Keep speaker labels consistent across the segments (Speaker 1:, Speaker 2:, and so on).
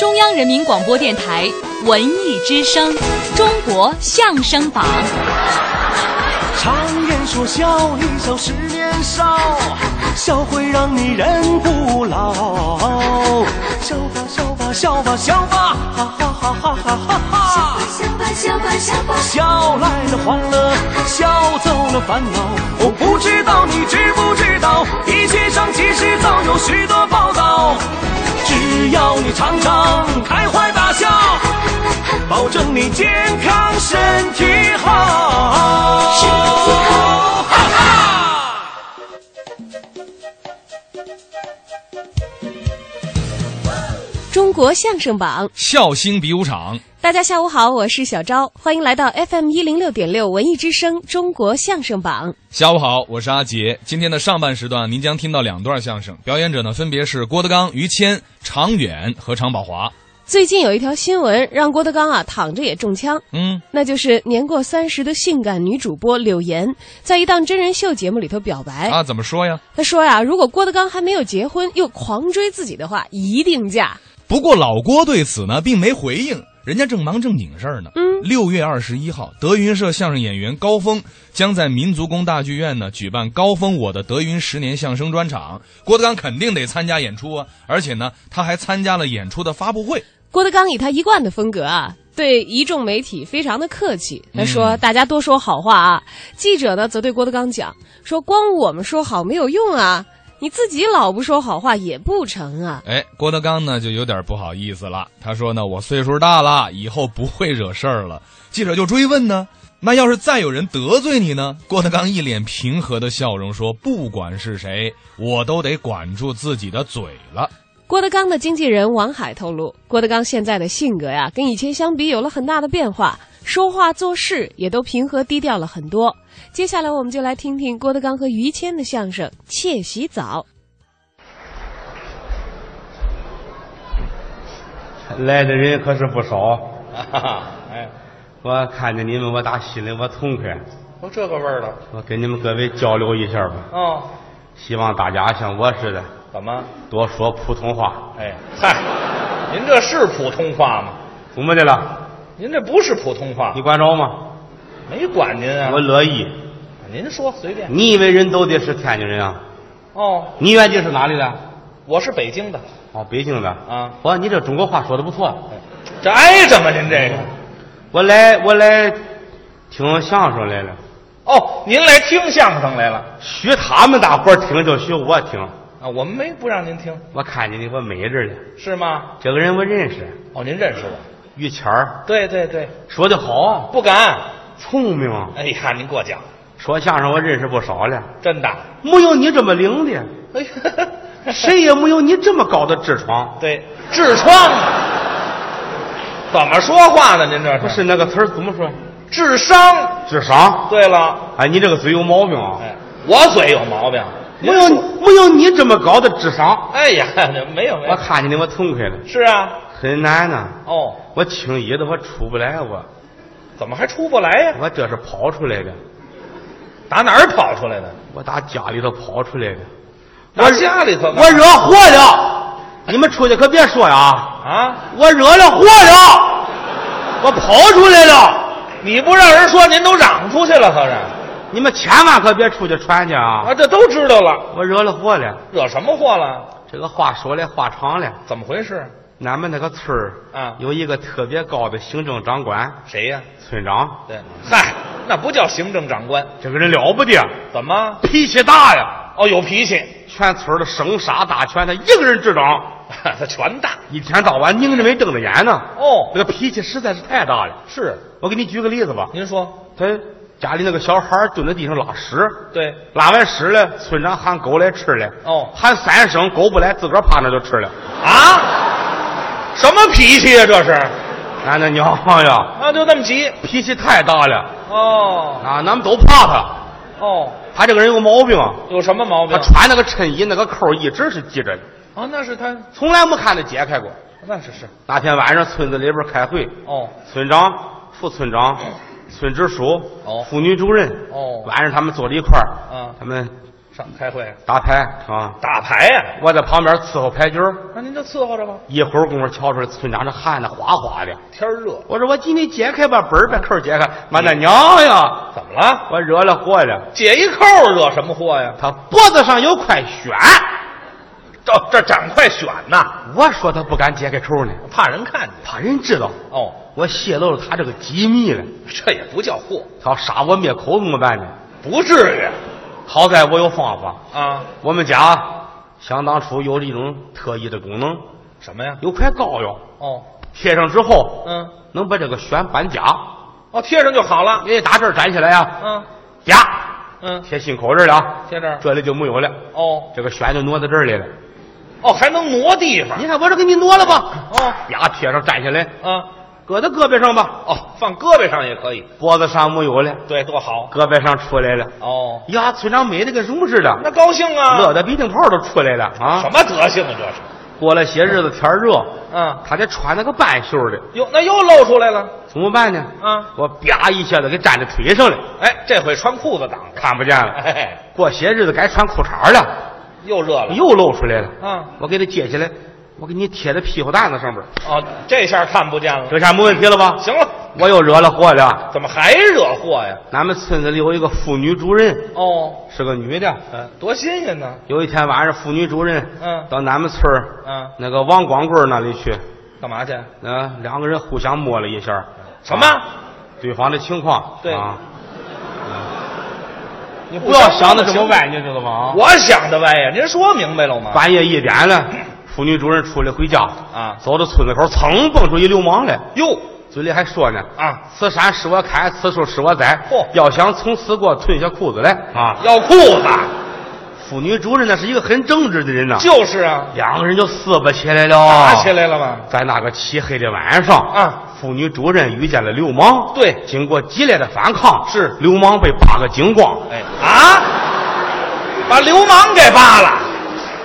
Speaker 1: 中央人民广播电台文艺之声《中国相声榜》。
Speaker 2: 常言说笑一笑十年少，笑会让你人不老。笑吧笑吧笑吧笑吧，哈哈哈哈哈哈哈！
Speaker 3: 笑吧笑吧笑吧
Speaker 2: 笑来了欢乐，笑走了烦恼。我不知道你知不知道，一切上其实早有许多报道。只要你常常开怀大笑，保证你健康身体好。身体好，哈哈！
Speaker 4: 中国相声榜，
Speaker 5: 笑星比武场，
Speaker 4: 大家下午好，我是小昭，欢迎来到 FM 一零六点六文艺之声中国相声榜。
Speaker 5: 下午好，我是阿杰。今天的上半时段，您将听到两段相声，表演者呢分别是郭德纲、于谦、常远和常宝华。
Speaker 4: 最近有一条新闻让郭德纲啊躺着也中枪，
Speaker 5: 嗯，
Speaker 4: 那就是年过三十的性感女主播柳岩在一档真人秀节目里头表白，
Speaker 5: 啊，怎么说呀？
Speaker 4: 她说呀、如果郭德纲还没有结婚又狂追自己的话，一定嫁。
Speaker 5: 不过老郭对此呢并没回应，人家正忙正经事儿呢。嗯，六月二十一号，德云社相声演员高峰将在民族宫大剧院呢举办高峰我的德云十年相声专场，郭德纲肯定得参加演出啊，而且呢他还参加了演出的发布会。
Speaker 4: 郭德纲以他一贯的风格啊，对一众媒体非常的客气。他说：“大家多说好话啊。”记者呢，则对郭德纲讲说：“光我们说好没有用啊，你自己老不说好话也不成啊。
Speaker 5: 哎，郭德纲呢就有点不好意思了。他说呢，我岁数大了，以后不会惹事儿了。记者就追问呢，那要是再有人得罪你呢？郭德纲一脸平和的笑容说，不管是谁，我都得管住自己的嘴了。”
Speaker 4: 郭德纲的经纪人王海透露，郭德纲现在的性格呀、跟以前相比有了很大的变化，说话做事也都平和低调了很多。接下来我们就来听听郭德纲和于谦的相声《窃洗澡》。
Speaker 6: 来的人可是不少，
Speaker 7: 哎，
Speaker 6: 我看见你们，我打心里我痛快，
Speaker 7: 都哦这个味儿了。
Speaker 6: 我跟你们各位交流一下吧。
Speaker 7: 哦，
Speaker 6: 希望大家像我似的，
Speaker 7: 怎么？
Speaker 6: 多说普通话。
Speaker 7: 哎，嗨，您这是普通话吗？
Speaker 6: 怎么的了？
Speaker 7: 您这不是普通话
Speaker 6: 你，管着吗？
Speaker 7: 没管您啊
Speaker 6: 我。嗯乐意。
Speaker 7: 您说随便。
Speaker 6: 你以为人都得是天津人啊？
Speaker 7: 哦，
Speaker 6: 你原籍是哪里的？
Speaker 7: 我是北京的，
Speaker 6: 哦，北京的。
Speaker 7: 啊
Speaker 6: 哇，你这中国话说的不错。
Speaker 7: 这挨着吗？您这个。
Speaker 6: 我来，我来听相声来了，
Speaker 7: 哦，您来听相声来了
Speaker 6: 学他们大伙儿听就学我听。
Speaker 7: 啊？我们没不让您听，
Speaker 6: 我看见你，我美着了。
Speaker 7: 是吗？
Speaker 6: 这个人我认识，
Speaker 7: 哦，您认识我？
Speaker 6: 于谦儿
Speaker 7: 对对对，
Speaker 6: 说的好啊。
Speaker 7: 不敢。
Speaker 6: 聪明啊！
Speaker 7: 哎呀，您过奖，
Speaker 6: 说相声我认识不少了，
Speaker 7: 真的。
Speaker 6: 没有你这么灵的，
Speaker 7: 哎呀，
Speaker 6: 谁也没有你这么高的痔疮。
Speaker 7: 对痔疮？怎么说话呢？您这
Speaker 6: 不是那个词儿怎么说？
Speaker 7: 智商。
Speaker 6: 智商？
Speaker 7: 对了，
Speaker 6: 哎，你这个嘴有毛病啊！
Speaker 7: 哎，我嘴有毛病。
Speaker 6: 没有没有你这么高的智商，
Speaker 7: 哎呀， 没有没
Speaker 6: 我
Speaker 7: 有，
Speaker 6: 看见你我痛快了，
Speaker 7: 是啊，
Speaker 6: 很难呐。
Speaker 7: 哦，
Speaker 6: 我轻易的我出不来，我
Speaker 7: 怎么还出不来呀？
Speaker 6: 我这是跑出来的，
Speaker 7: 打哪儿跑出来的？
Speaker 6: 我打家里头跑出来的，
Speaker 7: 打家里头呢
Speaker 6: 我惹祸了。你们出去可别说呀，
Speaker 7: 啊！
Speaker 6: 我惹了祸了，我跑出来了。
Speaker 7: 你不让人说，您都嚷出去了，可是
Speaker 6: 你们千万可别出去传去啊
Speaker 7: 啊，！这都知道了，
Speaker 6: 我惹了祸了。
Speaker 7: 惹什么祸了？
Speaker 6: 这个话说来话长了，
Speaker 7: 怎么回事？
Speaker 6: 俺们那个村儿
Speaker 7: 啊
Speaker 6: 有一个特别高的行政长官，
Speaker 7: 谁呀、
Speaker 6: 村长，
Speaker 7: 对，嗨，那不叫行政长官，
Speaker 6: 这个人了不得，啊
Speaker 7: 怎么？
Speaker 6: 脾气大呀，
Speaker 7: 哦，有脾气，
Speaker 6: 全村儿的生杀大权他一个人执掌，
Speaker 7: 他权大
Speaker 6: 一天到晚拧着没瞪着眼呢。
Speaker 7: 哦。
Speaker 6: 这个脾气实在是太大了。
Speaker 7: 是，
Speaker 6: 我给你举个例子吧，
Speaker 7: 您说
Speaker 6: 他家里那个小孩儿蹲在地上拉屎，
Speaker 7: 对？
Speaker 6: 拉完屎了，村长喊狗来吃来，
Speaker 7: 哦
Speaker 6: 喊三声狗不来，自个儿趴那就吃了。
Speaker 7: 啊？什么脾气呀、这是
Speaker 6: 俺那娘呀！
Speaker 7: 啊，就那么急？
Speaker 6: 脾气太大了
Speaker 7: 哦
Speaker 6: 啊！咱们都怕他，
Speaker 7: 哦，
Speaker 6: 他这个人有毛病啊。
Speaker 7: 有什么毛病
Speaker 6: 他？穿那个衬衣那个扣儿一直是系着的，
Speaker 7: 啊，那是他，
Speaker 6: 从来没看他解开过。
Speaker 7: 那是是
Speaker 6: 那天晚上村子里边开会，
Speaker 7: 哦
Speaker 6: 村长、副村长、村支书
Speaker 7: 嗯哦、
Speaker 6: 妇女主任，
Speaker 7: 哦
Speaker 6: 晚上他们坐在一块儿，
Speaker 7: 嗯
Speaker 6: 他们
Speaker 7: 上开会啊
Speaker 6: 打牌啊！
Speaker 7: 打牌呀、
Speaker 6: 我在旁边伺候牌局儿
Speaker 7: 那您就伺候着吧。
Speaker 6: 一会儿功夫敲出来，村长这汗呐哗哗的。
Speaker 7: 天儿热，
Speaker 6: 我说我今天解开吧，本儿把扣儿解开，妈的娘呀！
Speaker 7: 怎么了？
Speaker 6: 我惹了祸了。
Speaker 7: 解一扣惹什么祸呀？
Speaker 6: 他脖子上有块癣，
Speaker 7: 这这长块癣呐，
Speaker 6: 我说他不敢解开扣呢，
Speaker 7: 怕人看见。
Speaker 6: 怕人知道
Speaker 7: 哦，
Speaker 6: 我泄露了他这个机密了。
Speaker 7: 这也不叫祸，
Speaker 6: 他要杀我灭口怎么办呢？
Speaker 7: 不至于
Speaker 6: 好在我有方法。
Speaker 7: 啊。
Speaker 6: 我们家想当初有一种特异的功能，
Speaker 7: 什么呀？
Speaker 6: 有块膏药，
Speaker 7: 哦，
Speaker 6: 贴上之后，
Speaker 7: 嗯，
Speaker 6: 能把这个癣搬家。
Speaker 7: 哦，贴上就好了。
Speaker 6: 因为打这儿粘起来呀，
Speaker 7: 嗯
Speaker 6: 夹
Speaker 7: 嗯，
Speaker 6: 贴心口这儿了啊，
Speaker 7: 贴这儿
Speaker 6: 这里就没有了，
Speaker 7: 哦
Speaker 6: 这个癣就挪到这儿来了。
Speaker 7: 哦，还能挪地方
Speaker 6: 你看我这给你挪了吧，
Speaker 7: 哦
Speaker 6: 牙贴上粘起来，
Speaker 7: 啊
Speaker 6: 搁到胳膊上吧，
Speaker 7: 哦，放胳膊上也可以，
Speaker 6: 脖子上没有了，
Speaker 7: 对，多好
Speaker 6: 胳膊上出来了。
Speaker 7: 哦，
Speaker 6: 呀，村长美的跟什么似的，
Speaker 7: 那高兴啊，
Speaker 6: 乐得鼻涕泡都出来了啊！
Speaker 7: 什么德行啊这是？
Speaker 6: 过了些日子天儿热，
Speaker 7: 嗯，
Speaker 6: 他得穿那个半袖的，
Speaker 7: 哟，那又露出来了
Speaker 6: 怎么办呢？
Speaker 7: 啊！
Speaker 6: 我啪一下子给粘在腿上了，
Speaker 7: 哎，这回穿裤子挡着，
Speaker 6: 看不见了。
Speaker 7: 哎，
Speaker 6: 过些日子该穿裤衩了，
Speaker 7: 又热了，
Speaker 6: 又露出来了。
Speaker 7: 啊，
Speaker 6: 我给它揭起来，我给你贴在屁股蛋子上边儿，
Speaker 7: 哦，这下看不见了。
Speaker 6: 这下没问题了吧？
Speaker 7: 行了，
Speaker 6: 我又惹了祸了。
Speaker 7: 怎么还惹祸呀？
Speaker 6: 咱们村子里有一个妇女主任，
Speaker 7: 哦，
Speaker 6: 是个女的。
Speaker 7: 嗯，多新鲜呢！
Speaker 6: 有一天晚上，妇女主任
Speaker 7: 嗯
Speaker 6: 到咱们村儿
Speaker 7: 嗯
Speaker 6: 那个王光棍儿那里去，
Speaker 7: 干嘛去？
Speaker 6: 呃，两个人互相摸了一下，
Speaker 7: 什么
Speaker 6: 啊对方的情况
Speaker 7: 对
Speaker 6: 啊，
Speaker 7: 你
Speaker 6: 不要想的这么歪，你知道吗？
Speaker 7: 我想的歪呀！您说明白了吗？
Speaker 6: 半夜一点了，妇女主任出来回家
Speaker 7: 啊
Speaker 6: 走到村子口，噌蹦出一流氓来，
Speaker 7: 哟
Speaker 6: 嘴里还说呢
Speaker 7: 啊，
Speaker 6: 此山是我开，此树是我栽，
Speaker 7: 嚯
Speaker 6: 要想从此给我吞下裤子来啊！
Speaker 7: 要裤子，
Speaker 6: 妇女主任那是一个很正直的人呐、
Speaker 7: 就是啊，
Speaker 6: 两个人就撕巴起来了，
Speaker 7: 打起。来了吗？
Speaker 6: 在那个漆黑的晚上，
Speaker 7: 啊，
Speaker 6: 妇女主任遇见了流氓，
Speaker 7: 对
Speaker 6: 经过激烈的反抗，
Speaker 7: 是
Speaker 6: 流氓被扒个精光，
Speaker 7: 哎啊，把流氓给扒了。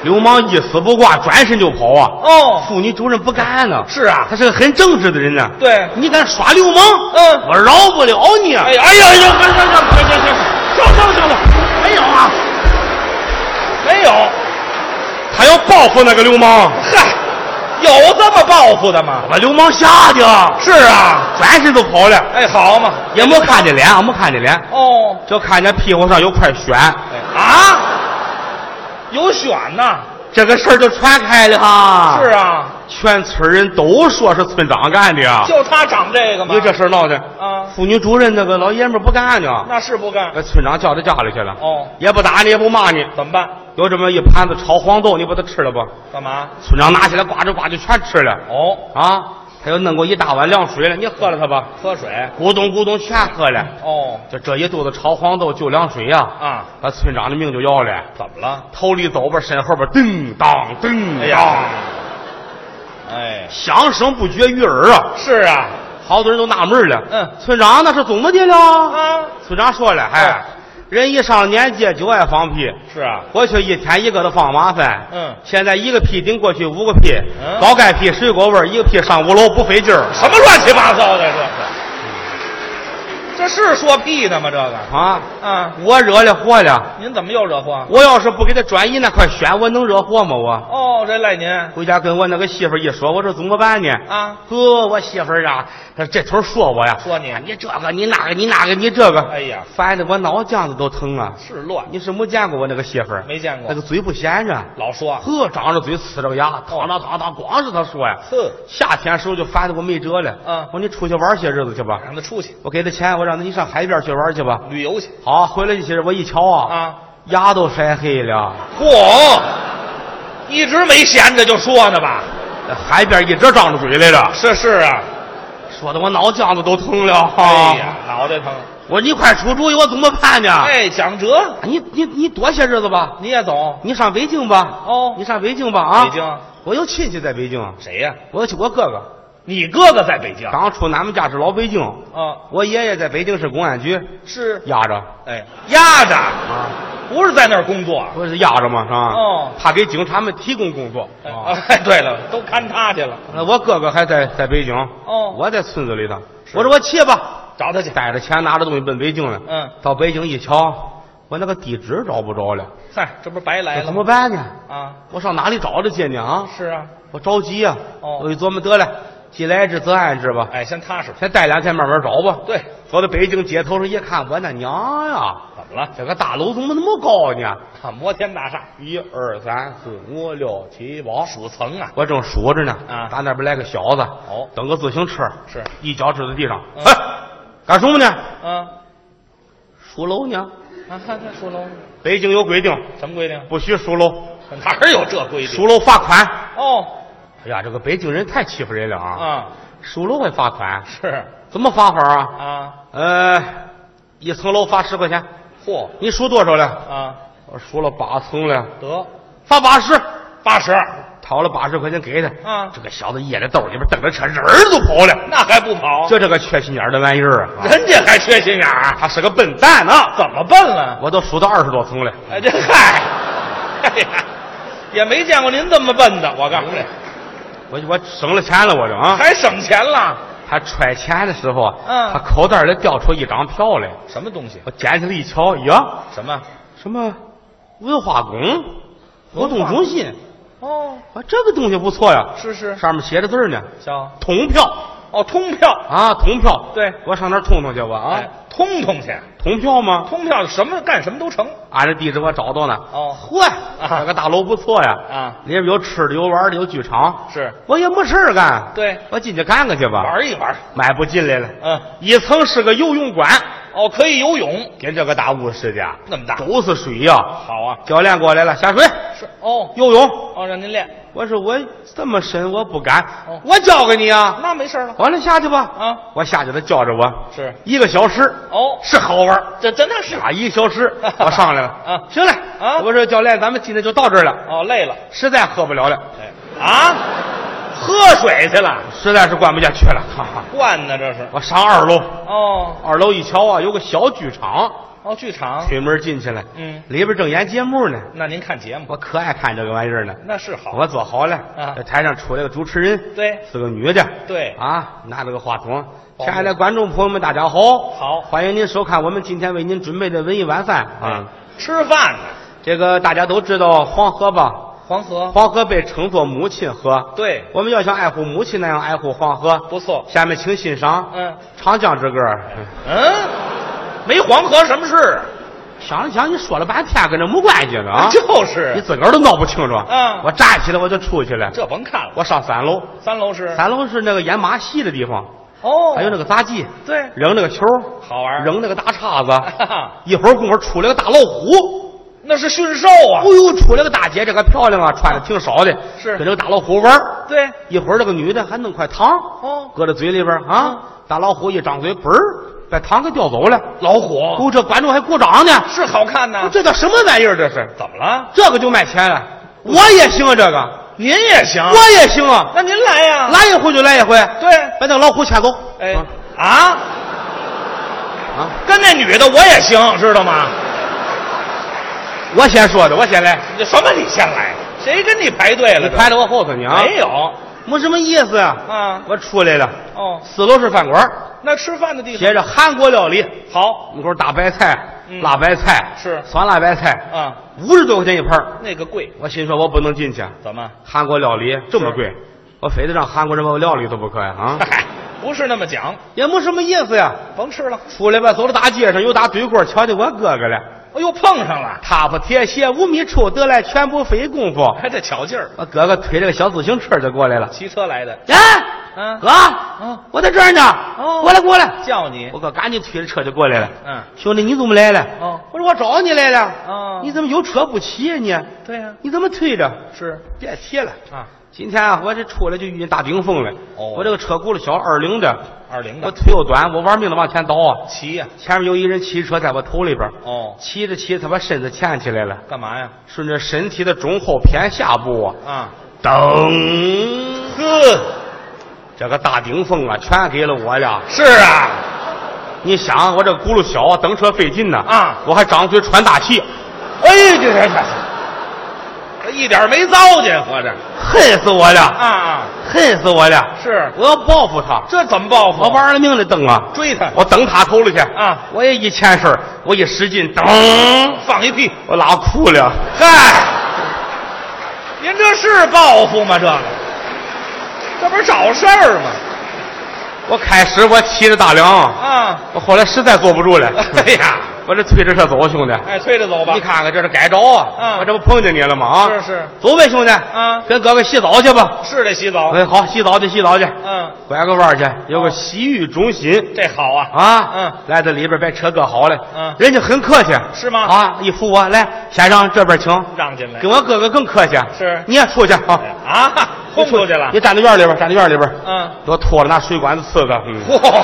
Speaker 6: 流氓一丝不挂，转身就跑啊！
Speaker 7: 哦，
Speaker 6: 妇女主任不干呢，
Speaker 7: 是啊
Speaker 6: 他是个很正直的人呢，
Speaker 7: 对
Speaker 6: 你敢耍流氓？
Speaker 7: 嗯
Speaker 6: 我饶不了你！啊
Speaker 7: 哎呀哎呀哎呀，行行行行行
Speaker 6: 行行行了，没有啊，
Speaker 7: 没有，哎
Speaker 6: 他要报复那个流氓，
Speaker 7: 嗨，有这么报复的吗？
Speaker 6: 把流氓吓的，
Speaker 7: 是啊，
Speaker 6: 转身就跑了，
Speaker 7: 哎，好嘛，
Speaker 6: 也没看见脸，啊，没看见脸，
Speaker 7: 哦，
Speaker 6: 就看见屁股上有块癣，
Speaker 7: 哎啊，有选呐，
Speaker 6: 这个事儿就传开了哈。
Speaker 7: 是，啊，
Speaker 6: 全村人都说是村长干的呀。
Speaker 7: 就他长这个嘛，
Speaker 6: 你这事儿闹的
Speaker 7: 啊
Speaker 6: 妇女主任那个老爷们儿不干呢，
Speaker 7: 那是不干
Speaker 6: 把，村长叫到家里去了。
Speaker 7: 哦
Speaker 6: 也不打你，也不骂你，
Speaker 7: 怎么办？
Speaker 6: 有这么一盘子炒黄豆，你把它吃了吧？
Speaker 7: 干嘛？
Speaker 6: 村长拿起来呱唧呱唧全吃了。
Speaker 7: 哦，
Speaker 6: 啊，他又弄过一大碗凉水了，你喝了它吧？
Speaker 7: 喝水。
Speaker 6: 咕咚咕咚全喝了。
Speaker 7: 哦，
Speaker 6: 就这一肚子炒黄豆就凉水呀、
Speaker 7: 啊，
Speaker 6: 把村长的命就要了。
Speaker 7: 怎么了？
Speaker 6: 头里走吧，身后边叮当叮
Speaker 7: 哎
Speaker 6: 当，
Speaker 7: 呀，哎，
Speaker 6: 响声不绝于耳啊！
Speaker 7: 是啊，
Speaker 6: 好多人都纳闷了。
Speaker 7: 嗯
Speaker 6: 村长那是怎么的了？
Speaker 7: 啊，
Speaker 6: 村长说了，哎，
Speaker 7: 嗯
Speaker 6: 人一上年纪就爱放屁，
Speaker 7: 是啊，
Speaker 6: 过去一天一个的放麻烦。
Speaker 7: 嗯
Speaker 6: 现在一个屁顶过去五个屁，
Speaker 7: 嗯
Speaker 6: 高钙屁、水果味儿，一个屁上五楼不费劲儿
Speaker 7: 什么乱七八糟的这是？这是说屁呢吗？这个
Speaker 6: 啊！
Speaker 7: 啊，
Speaker 6: 我惹了祸了，
Speaker 7: 您怎么又惹祸？
Speaker 6: 我要是不给他转移那块癣，我能惹祸吗？我
Speaker 7: 哦，这赖您
Speaker 6: 回家跟我那个媳妇儿一说，我说怎么办呢？
Speaker 7: 啊，
Speaker 6: 呵，我媳妇儿啊，她这头说我呀，
Speaker 7: 说你
Speaker 6: 啊你这个，你那个，你那个，你这个，
Speaker 7: 哎呀
Speaker 6: 烦的我脑浆子都疼啊！
Speaker 7: 是乱，
Speaker 6: 你是没见过我那个媳妇儿，
Speaker 7: 没见过
Speaker 6: 那个嘴不闲着，
Speaker 7: 老说
Speaker 6: 呵，张着嘴，呲着个牙，嘡嘡嘡嘡，光是他说呀。
Speaker 7: 哼，
Speaker 6: 夏天时候就烦的我没辙了，
Speaker 7: 嗯
Speaker 6: 我说你出去玩些日子去吧，
Speaker 7: 让他出去
Speaker 6: 我给他钱，我让他你上海边去玩去吧。
Speaker 7: 旅游去
Speaker 6: 好，回来一些，我一瞧啊，
Speaker 7: 啊！
Speaker 6: 牙都晒黑了，
Speaker 7: 嚯，一直没闲着就说呢吧？
Speaker 6: 在海边一直张着嘴来了，
Speaker 7: 是是啊，
Speaker 6: 说的我脑浆子都疼了。
Speaker 7: 哎呀，脑袋疼。
Speaker 6: 我说你快出主意，我怎么办呢？
Speaker 7: 哎，蒋哲，
Speaker 6: 你你你多些日子吧，
Speaker 7: 你也懂？
Speaker 6: 你上北京吧。
Speaker 7: 哦
Speaker 6: 你上北京吧啊！
Speaker 7: 北京，
Speaker 6: 我有亲戚在北京，
Speaker 7: 谁呀？
Speaker 6: 我有亲我哥哥
Speaker 7: 你哥哥在北京
Speaker 6: 刚出俺们家是老北京，
Speaker 7: 啊？
Speaker 6: 我爷爷在北京市公安局
Speaker 7: 是
Speaker 6: 压着
Speaker 7: 哎，压着，
Speaker 6: 啊，
Speaker 7: 不是在那儿工作。啊
Speaker 6: 不是压着吗？是吧？
Speaker 7: 哦
Speaker 6: 他给警察们提供工作。啊，
Speaker 7: 哎，对了，都看他去了，
Speaker 6: 那我哥哥还在在北京，
Speaker 7: 哦
Speaker 6: 我在村子里头。我说我去吧，
Speaker 7: 找他去。
Speaker 6: 带着钱拿着东西奔北京了。
Speaker 7: 嗯
Speaker 6: 到北京一瞧，我那个底纸找不着了，
Speaker 7: 嗨，这不是白来
Speaker 6: 怎
Speaker 7: 了
Speaker 6: 么
Speaker 7: 吗？
Speaker 6: 办呢？
Speaker 7: 啊，
Speaker 6: 我上哪里找这去呢？啊，
Speaker 7: 哎是啊，
Speaker 6: 我着急呀、
Speaker 7: 哦
Speaker 6: 我一琢磨，得了，既来之则安之吧。
Speaker 7: 哎，先踏实。
Speaker 6: 先待两天，慢慢找吧。
Speaker 7: 对，
Speaker 6: 走到北京街头上一看，我那娘呀，
Speaker 7: 怎么了？
Speaker 6: 啊这个大楼怎么那么高呢？
Speaker 7: 啊，摩天大厦
Speaker 6: 一二三四五六七八，
Speaker 7: 数层啊，
Speaker 6: 我正数着呢。
Speaker 7: 啊
Speaker 6: 打那边来个小子，
Speaker 7: 哦
Speaker 6: 等个自行车，
Speaker 7: 是
Speaker 6: 一脚指在地上，
Speaker 7: 嗯
Speaker 6: 哎，干什么呢？
Speaker 7: 啊
Speaker 6: 数楼呢？
Speaker 7: 啊，看看数楼，
Speaker 6: 北京有规定，
Speaker 7: 什么规定？
Speaker 6: 不许数楼，
Speaker 7: 哪儿有这规定？
Speaker 6: 数楼罚款。
Speaker 7: 哦
Speaker 6: 哎呀，这个北京人太欺负人了啊！
Speaker 7: 啊，
Speaker 6: 数楼还罚款，
Speaker 7: 是
Speaker 6: 怎么罚法啊？
Speaker 7: 啊，
Speaker 6: 呃，一层楼罚十块钱，
Speaker 7: 嚯
Speaker 6: 你数多少了？
Speaker 7: 啊，
Speaker 6: 我数了八层了，
Speaker 7: 得
Speaker 6: 罚八十，
Speaker 7: 八十，
Speaker 6: 掏了八十块钱给他。
Speaker 7: 啊
Speaker 6: 这个小子掖在兜里边，蹬着车人儿都跑了。
Speaker 7: 那还不跑？
Speaker 6: 就这个缺心眼儿的玩意儿 啊！
Speaker 7: 人家还缺心眼儿，
Speaker 6: 他是个笨蛋啊！
Speaker 7: 怎么笨了？
Speaker 6: 我都数到二十多层了，
Speaker 7: 哎，这嗨，哎呀，也没见过您这么笨的，我告诉你，
Speaker 6: 我我省了钱了，我这啊！
Speaker 7: 还省钱了？
Speaker 6: 他揣钱的时候，啊
Speaker 7: 嗯
Speaker 6: 他口袋里掉出一张票来，
Speaker 7: 什么东西？
Speaker 6: 我捡起来一瞧，呀，
Speaker 7: 什么？
Speaker 6: 什么文化宫活动中心，
Speaker 7: 哦，
Speaker 6: 我这个东西不错呀，
Speaker 7: 是是
Speaker 6: 上面写着字儿呢，
Speaker 7: 叫
Speaker 6: 通票
Speaker 7: 哦，通票，
Speaker 6: 啊，通票，
Speaker 7: 对
Speaker 6: 我上那儿通通去吧
Speaker 7: 哎
Speaker 6: 啊，，
Speaker 7: 通通去，
Speaker 6: 通票吗？
Speaker 7: 通票什么干什么都成。
Speaker 6: 按这地址我找到呢，
Speaker 7: 哦，
Speaker 6: 嚯，这个大楼不错呀，
Speaker 7: 啊
Speaker 6: 里边有吃的，有玩的，有剧场，
Speaker 7: 是
Speaker 6: 我也没事儿干，
Speaker 7: 对
Speaker 6: 我进去看看去吧。
Speaker 7: 玩一玩，
Speaker 6: 买不进来了，
Speaker 7: 嗯，
Speaker 6: 一层是个游泳馆，
Speaker 7: 哦，可以游泳，
Speaker 6: 跟这个大屋似的，
Speaker 7: 那么大
Speaker 6: 都是水呀、
Speaker 7: 好啊，
Speaker 6: 教练过来了，下水
Speaker 7: 是哦
Speaker 6: 游泳。
Speaker 7: 哦，让您练，
Speaker 6: 我说我这么深，我不敢，
Speaker 7: 哦
Speaker 6: 我教给你啊。
Speaker 7: 那没事了。
Speaker 6: 完了下去吧，
Speaker 7: 啊，
Speaker 6: 我下去他教着我，
Speaker 7: 是
Speaker 6: 一个小时，
Speaker 7: 哦，
Speaker 6: 是好玩儿。
Speaker 7: 这真的是
Speaker 6: 啊，一个小时，我上来了，
Speaker 7: 啊
Speaker 6: 行了，
Speaker 7: 啊
Speaker 6: 我说教练，咱们今天就到这儿了，
Speaker 7: 哦，累了，
Speaker 6: 实在喝不了了，
Speaker 7: 哎啊，喝水去了，
Speaker 6: 实在是灌不下去了，哈哈，
Speaker 7: 灌呢这是。
Speaker 6: 我上二楼，
Speaker 7: 哦
Speaker 6: 二楼一瞧啊，有个小剧场，
Speaker 7: 哦，剧场，
Speaker 6: 推门进去了，
Speaker 7: 嗯
Speaker 6: 里边正演节目呢，
Speaker 7: 那您看节目，
Speaker 6: 我可爱看这个玩意儿呢。
Speaker 7: 那是好。
Speaker 6: 我坐好了，
Speaker 7: 啊
Speaker 6: 这台上出来个主持人，
Speaker 7: 对
Speaker 6: 是个女的，
Speaker 7: 对
Speaker 6: 啊，拿着个话筒。
Speaker 7: 保
Speaker 6: 亲
Speaker 7: 护
Speaker 6: 爱的观众朋友们，大家好，
Speaker 7: 好
Speaker 6: 欢迎您收看我们今天为您准备的文艺晚饭啊。
Speaker 7: 吃饭呢，
Speaker 6: 这个大家都知道黄河吧？
Speaker 7: 黄河，
Speaker 6: 黄河被称作母亲河，
Speaker 7: 对，
Speaker 6: 我们要像爱护母亲那样爱护黄河。
Speaker 7: 不错。
Speaker 6: 下面请欣赏，
Speaker 7: 嗯
Speaker 6: 长江之歌。
Speaker 7: 嗯，没黄河什么事啊
Speaker 6: 想了想，你说了半天跟这没关系呢啊！
Speaker 7: 就是
Speaker 6: 你自个儿都闹不清楚。
Speaker 7: 嗯
Speaker 6: 我站起来我就出去了，
Speaker 7: 这甭看了。
Speaker 6: 我上三楼。
Speaker 7: 三楼是
Speaker 6: 三楼是那个演马戏的地方，
Speaker 7: 哦，
Speaker 6: 还有那个杂技，
Speaker 7: 对
Speaker 6: 扔那个球，
Speaker 7: 好玩儿
Speaker 6: 扔那个大
Speaker 7: 哈
Speaker 6: 叉子。
Speaker 7: 哈，
Speaker 6: 一会儿功夫出来个大老虎，
Speaker 7: 那是驯兽
Speaker 6: 哎
Speaker 7: 啊。
Speaker 6: 呦，出来个大姐，这个漂亮啊，穿的挺少的，
Speaker 7: 是
Speaker 6: 跟这个大老虎玩儿。
Speaker 7: 对，
Speaker 6: 一会儿这个女的还弄块糖，
Speaker 7: 哦嗯
Speaker 6: 搁在嘴里边儿啊，大老虎一张嘴，嘣儿，把糖给叼走了。
Speaker 7: 老虎
Speaker 6: 哦，这观众还鼓掌呢，
Speaker 7: 是好看呐。
Speaker 6: 这叫什么玩意儿？这是
Speaker 7: 怎么了？
Speaker 6: 这个就卖钱了，我也行啊，这个
Speaker 7: 您也行
Speaker 6: 我也行啊，
Speaker 7: 那您来呀。
Speaker 6: 来啊一回就来一回，
Speaker 7: 对，
Speaker 6: 把那个老虎牵走。
Speaker 7: 哎
Speaker 6: 啊
Speaker 7: 啊，
Speaker 6: 啊！
Speaker 7: 跟那女的我也行，知道吗？
Speaker 6: 我先说的，我先来。
Speaker 7: 这什么你先来？谁跟你排队
Speaker 6: 你
Speaker 7: 了？
Speaker 6: 排到我后头呢啊？
Speaker 7: 没有
Speaker 6: 没什么意思啊。
Speaker 7: 啊？
Speaker 6: 我出来了，
Speaker 7: 哦，
Speaker 6: 四楼是饭馆，
Speaker 7: 那吃饭的地方
Speaker 6: 写着韩国料理，
Speaker 7: 好
Speaker 6: 门口大白菜、
Speaker 7: 嗯
Speaker 6: 辣白菜、
Speaker 7: 是
Speaker 6: 酸辣白菜，
Speaker 7: 啊，
Speaker 6: 五十多块钱一盘儿。
Speaker 7: 那个贵
Speaker 6: 我心说，我不能进去，
Speaker 7: 怎么？？
Speaker 6: 韩国料理这么贵，我非得让韩国人把我料理都不可以啊
Speaker 7: 嗨，不是那么讲，
Speaker 6: 也没什么意思呀。
Speaker 7: 甭吃了。
Speaker 6: 出来吧，走到大街上，又打对过，瞧见我哥哥了，
Speaker 7: 哎呦，碰上了，
Speaker 6: 踏破铁鞋无觅处，得来全不费工夫。
Speaker 7: 还得巧劲儿，
Speaker 6: 我哥哥推着个小自行车就过来了，
Speaker 7: 骑车来的。
Speaker 6: 哎，
Speaker 7: 嗯
Speaker 6: 哥，
Speaker 7: 嗯
Speaker 6: 我在这儿呢，
Speaker 7: 哦
Speaker 6: 过来过来。
Speaker 7: 叫你
Speaker 6: 我哥赶紧推着车就过来了。
Speaker 7: 嗯
Speaker 6: 兄弟，你怎么来了？
Speaker 7: 哦
Speaker 6: 我说我找你来了。
Speaker 7: 哦
Speaker 6: 你怎么有车不骑呀、你？
Speaker 7: 对呀
Speaker 6: 你怎么推着？
Speaker 7: 是
Speaker 6: 别提了，
Speaker 7: 啊，
Speaker 6: 今天啊，我这出来就遇见大冰封了。
Speaker 7: 哦
Speaker 6: 我这个车轱辘小，二零的，
Speaker 7: 二零
Speaker 6: 我
Speaker 7: 的
Speaker 6: 腿又短，我玩命的往前倒啊。
Speaker 7: 骑呀、
Speaker 6: 前面有一人骑车在我头里边，
Speaker 7: 哦，
Speaker 6: 骑着骑着，他把身子欠起来了，
Speaker 7: 干嘛呀？
Speaker 6: 顺着身体的中后偏下部啊，
Speaker 7: 啊，
Speaker 6: 噔，呵，这个大顶风啊，全给了我了。
Speaker 7: 是啊，
Speaker 6: 你想，我这轱辘小，蹬车费劲呢
Speaker 7: 啊
Speaker 6: 我还张嘴喘大气，
Speaker 7: 哎，这这这，一点没糟践，合着
Speaker 6: 恨死我了，
Speaker 7: 啊，
Speaker 6: 恨死我了！
Speaker 7: 是
Speaker 6: 我要报复他，
Speaker 7: 这怎么报复？
Speaker 6: 我玩了命的蹬啊，
Speaker 7: 追他，
Speaker 6: 我蹬他头里去
Speaker 7: 啊！
Speaker 6: 我也一牵手，我一使劲，蹬，
Speaker 7: 放一屁！
Speaker 6: 我拉裤了，嗨，
Speaker 7: 您这是报复吗？这个，这不是找事儿吗？
Speaker 6: 我开始我骑着大梁，
Speaker 7: 啊，
Speaker 6: 我后来实在坐不 住了，
Speaker 7: 哎呀，
Speaker 6: 我这推着车走，兄弟。
Speaker 7: 哎，催着走吧。
Speaker 6: 你，看看这是该着啊！
Speaker 7: 嗯
Speaker 6: 我这不碰见你了吗？啊，
Speaker 7: 是是，
Speaker 6: 走呗，兄弟，
Speaker 7: 啊
Speaker 6: 跟哥哥洗澡去吧。
Speaker 7: 是得洗澡。
Speaker 6: 哎，好，洗澡去，洗澡去，
Speaker 7: 嗯，
Speaker 6: 拐个弯儿去，有个洗浴中心
Speaker 7: 这好啊。
Speaker 6: 啊。
Speaker 7: 嗯，
Speaker 6: 来到里边把车搁好了，
Speaker 7: 嗯
Speaker 6: 人家很客气，
Speaker 7: 是吗
Speaker 6: 啊，一扶我来，先让这边请，
Speaker 7: 让进来
Speaker 6: 跟我哥哥更客气。
Speaker 7: 是
Speaker 6: 你也出去啊，
Speaker 7: 啊，轰出去了
Speaker 6: 你。站在院里边，站在院里边，
Speaker 7: 嗯，
Speaker 6: 给我脱了拿水管子呲个，嗯
Speaker 7: 嚯，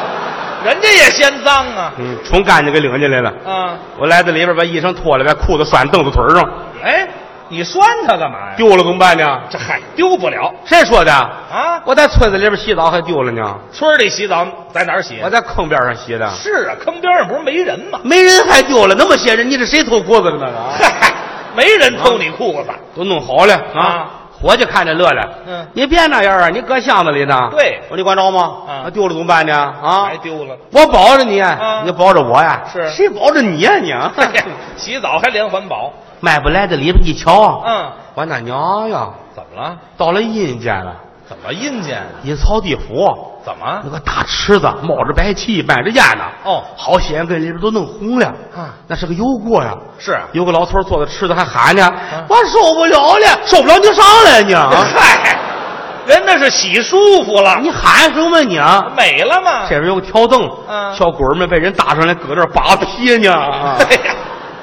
Speaker 7: 人家也嫌脏啊。
Speaker 6: 嗯，冲干净给领进来了。
Speaker 7: 啊，
Speaker 6: 我来到里边把衣裳脱了，把裤子拴凳子腿儿上，
Speaker 7: 哎，你拴他干嘛呀？
Speaker 6: 丢了怎么办呢？
Speaker 7: 这嗨，丢不了
Speaker 6: 谁说的？
Speaker 7: 啊。
Speaker 6: 我在村子里边洗澡还丢了呢，
Speaker 7: 村儿里洗澡在哪儿洗？
Speaker 6: 我在坑边上洗的，
Speaker 7: 是啊，坑边上不是没人吗？
Speaker 6: 没人还丢了，那么些人，你这谁偷裤子的那个？
Speaker 7: 嗨，没人偷你裤子。
Speaker 6: 都弄好了
Speaker 7: 啊
Speaker 6: 啊！伙计看着乐了，
Speaker 7: 嗯
Speaker 6: 你别那样啊，你搁箱子里呢。
Speaker 7: 对
Speaker 6: 我说你管着吗？
Speaker 7: 嗯
Speaker 6: 啊，丢了怎么办呢？啊
Speaker 7: 还，丢了。
Speaker 6: 我保着你，啊
Speaker 7: 嗯
Speaker 6: 你保着我呀？
Speaker 7: 是
Speaker 6: 谁保着你呀？你啊
Speaker 7: 哎呀洗澡还连环保。
Speaker 6: 迈不来的里边一瞧，
Speaker 7: 嗯，
Speaker 6: 我那娘呀，
Speaker 7: 怎么了？
Speaker 6: 到了阴间了，
Speaker 7: 怎么阴间？啊
Speaker 6: 阴曹地府。
Speaker 7: 怎
Speaker 6: 那
Speaker 7: 么？
Speaker 6: 个大池子冒着白气，漫着烟呢。
Speaker 7: 哦
Speaker 6: 好些人跟里边都弄红了。
Speaker 7: 啊，
Speaker 6: 那是个油锅呀。
Speaker 7: 是啊
Speaker 6: 有个老头坐在池子还喊呢：“我受不了了，受不了你上来你 啊！
Speaker 7: 嗨，人那是洗舒服了，
Speaker 6: 你喊什么你啊？”
Speaker 7: 美了吗？
Speaker 6: 这边有个挑凳，
Speaker 7: 嗯
Speaker 6: 小鬼儿们被人搭上来，搁这儿扒皮呢。啊
Speaker 7: 哎呀，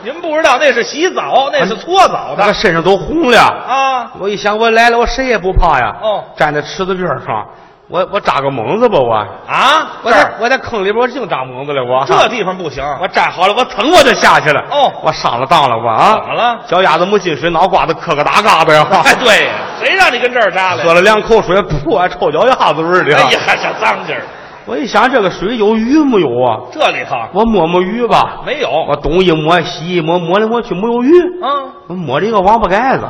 Speaker 7: 您不知道那是洗澡，那是搓澡
Speaker 6: 那个
Speaker 7: 的
Speaker 6: 身上都红了。
Speaker 7: 啊。
Speaker 6: 我一想，我来了，我谁也不怕呀。
Speaker 7: 哦
Speaker 6: 站在池子边儿上，我我扎个猛子吧，我
Speaker 7: 啊，
Speaker 6: 我在我在坑里边，我净扎猛子了，我
Speaker 7: 这地方不行，
Speaker 6: 我站好了，我腾我就下去了。
Speaker 7: 哦
Speaker 6: 我上了当了，我啊，
Speaker 7: 怎么了
Speaker 6: 脚丫子没进水，脑瓜子磕个大嘎巴呀！
Speaker 7: 哎，对呀，谁让你跟这儿扎来？
Speaker 6: 喝了两口水，噗，还臭脚丫子味儿的。
Speaker 7: 哎呀，，这脏劲儿，
Speaker 6: 我一想这个水有鱼没有啊？
Speaker 7: 这里头
Speaker 6: 我摸摸鱼吧。
Speaker 7: 没有。
Speaker 6: 我东一摸西一摸，摸来摸去没有鱼。
Speaker 7: 啊，
Speaker 6: 我摸了一个王八盖子，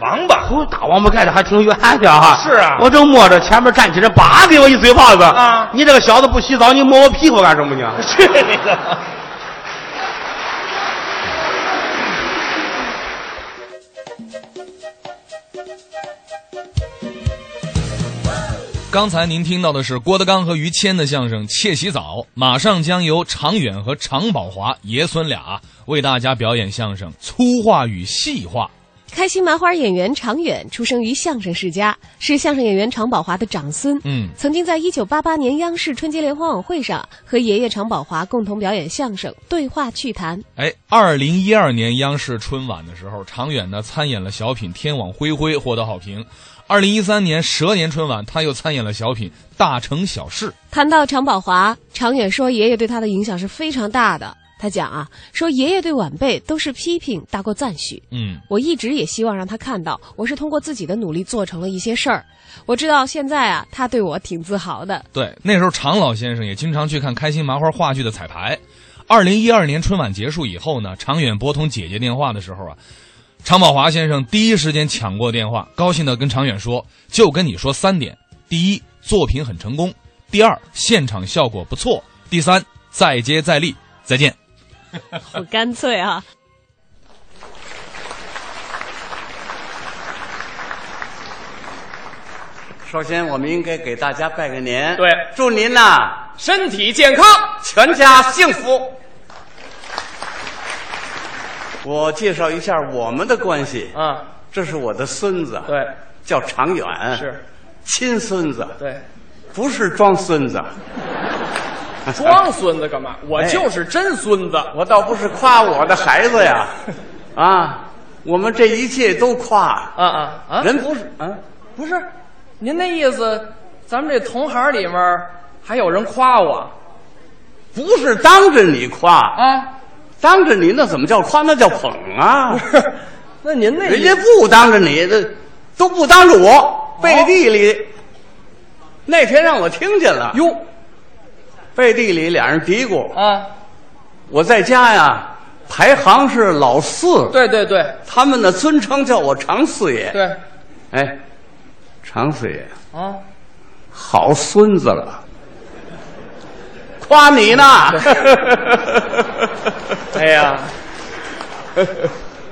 Speaker 7: 王八
Speaker 6: 哦，大王八盖子还挺远的哈。
Speaker 7: 是啊
Speaker 6: 我正摸着，前面站起来，叭给我一嘴巴子。
Speaker 7: 啊
Speaker 6: 你这个小子不洗澡，你摸我屁股干什么呢？
Speaker 7: 去你的吧！
Speaker 5: 刚才您听到的是郭德纲和于谦的相声《窃洗澡》，马上将由常远和常宝华爷孙俩为大家表演相声《粗话与细话》。
Speaker 4: 开心麻花演员常远出生于相声世家，是相声演员常宝华的长孙。
Speaker 5: 嗯
Speaker 4: 曾经在1988年央视春节联欢晚会上和爷爷常宝华共同表演相声《对话趣谈》。
Speaker 5: 哎，二零一二年央视春晚的时候，常远呢参演了小品《天网恢恢》，获得好评。二零一三年蛇年春晚，他又参演了小品《大城小事》。
Speaker 4: 谈到常宝华，常远说爷爷对他的影响是非常大的。他讲啊，说爷爷对晚辈都是批评大过赞许。
Speaker 5: 嗯，
Speaker 4: 我一直也希望让他看到，我是通过自己的努力做成了一些事儿。我知道现在啊，他对我挺自豪的。
Speaker 5: 对，那时候常老先生也经常去看开心麻花话剧的彩排。二零一二年春晚结束以后呢，常远拨通姐姐电话的时候啊，常宝华先生第一时间抢过电话，高兴地跟常远说：“就跟你说三点：第一，作品很成功；第二，现场效果不错；第三，再接再厉。再见。”
Speaker 4: 好干脆啊！
Speaker 3: 首先，我们应该给大家拜个年。
Speaker 7: 对
Speaker 3: 祝您呐、
Speaker 7: 身体健康，
Speaker 3: 全家幸福。我介绍一下我们的关系。
Speaker 7: 啊，
Speaker 3: 这是我的孙子，
Speaker 7: 对，
Speaker 3: 叫常远，
Speaker 7: 是
Speaker 3: 亲孙子，
Speaker 7: 对，
Speaker 3: 不是装孙子。
Speaker 7: 装孙子干嘛？我
Speaker 3: 哎
Speaker 7: 就是真孙子。
Speaker 3: 我倒不是夸我的孩 子呀，啊，我们这一切都夸。
Speaker 8: 啊啊啊！
Speaker 3: 人不是啊，
Speaker 8: 不是，您那意思，咱们这同行里面还有人夸我
Speaker 3: 不是当着你夸，
Speaker 8: 啊？
Speaker 3: 当着你那怎么叫夸？那叫捧啊。
Speaker 8: 那您那
Speaker 3: 人
Speaker 8: 意
Speaker 3: 家不当着你，这都不当着
Speaker 7: 哦
Speaker 3: 我，背地里。那天让我听见了，
Speaker 8: 哟
Speaker 3: 背地里俩人嘀咕。
Speaker 8: 啊，
Speaker 3: 我在家呀，
Speaker 9: 排行是老四，
Speaker 8: 对对对
Speaker 9: 他们的尊称叫我常四爷。，
Speaker 8: 对，
Speaker 9: 哎，常四爷，
Speaker 8: 啊，
Speaker 9: 好孙子了，夸你呢。
Speaker 8: 哎呀，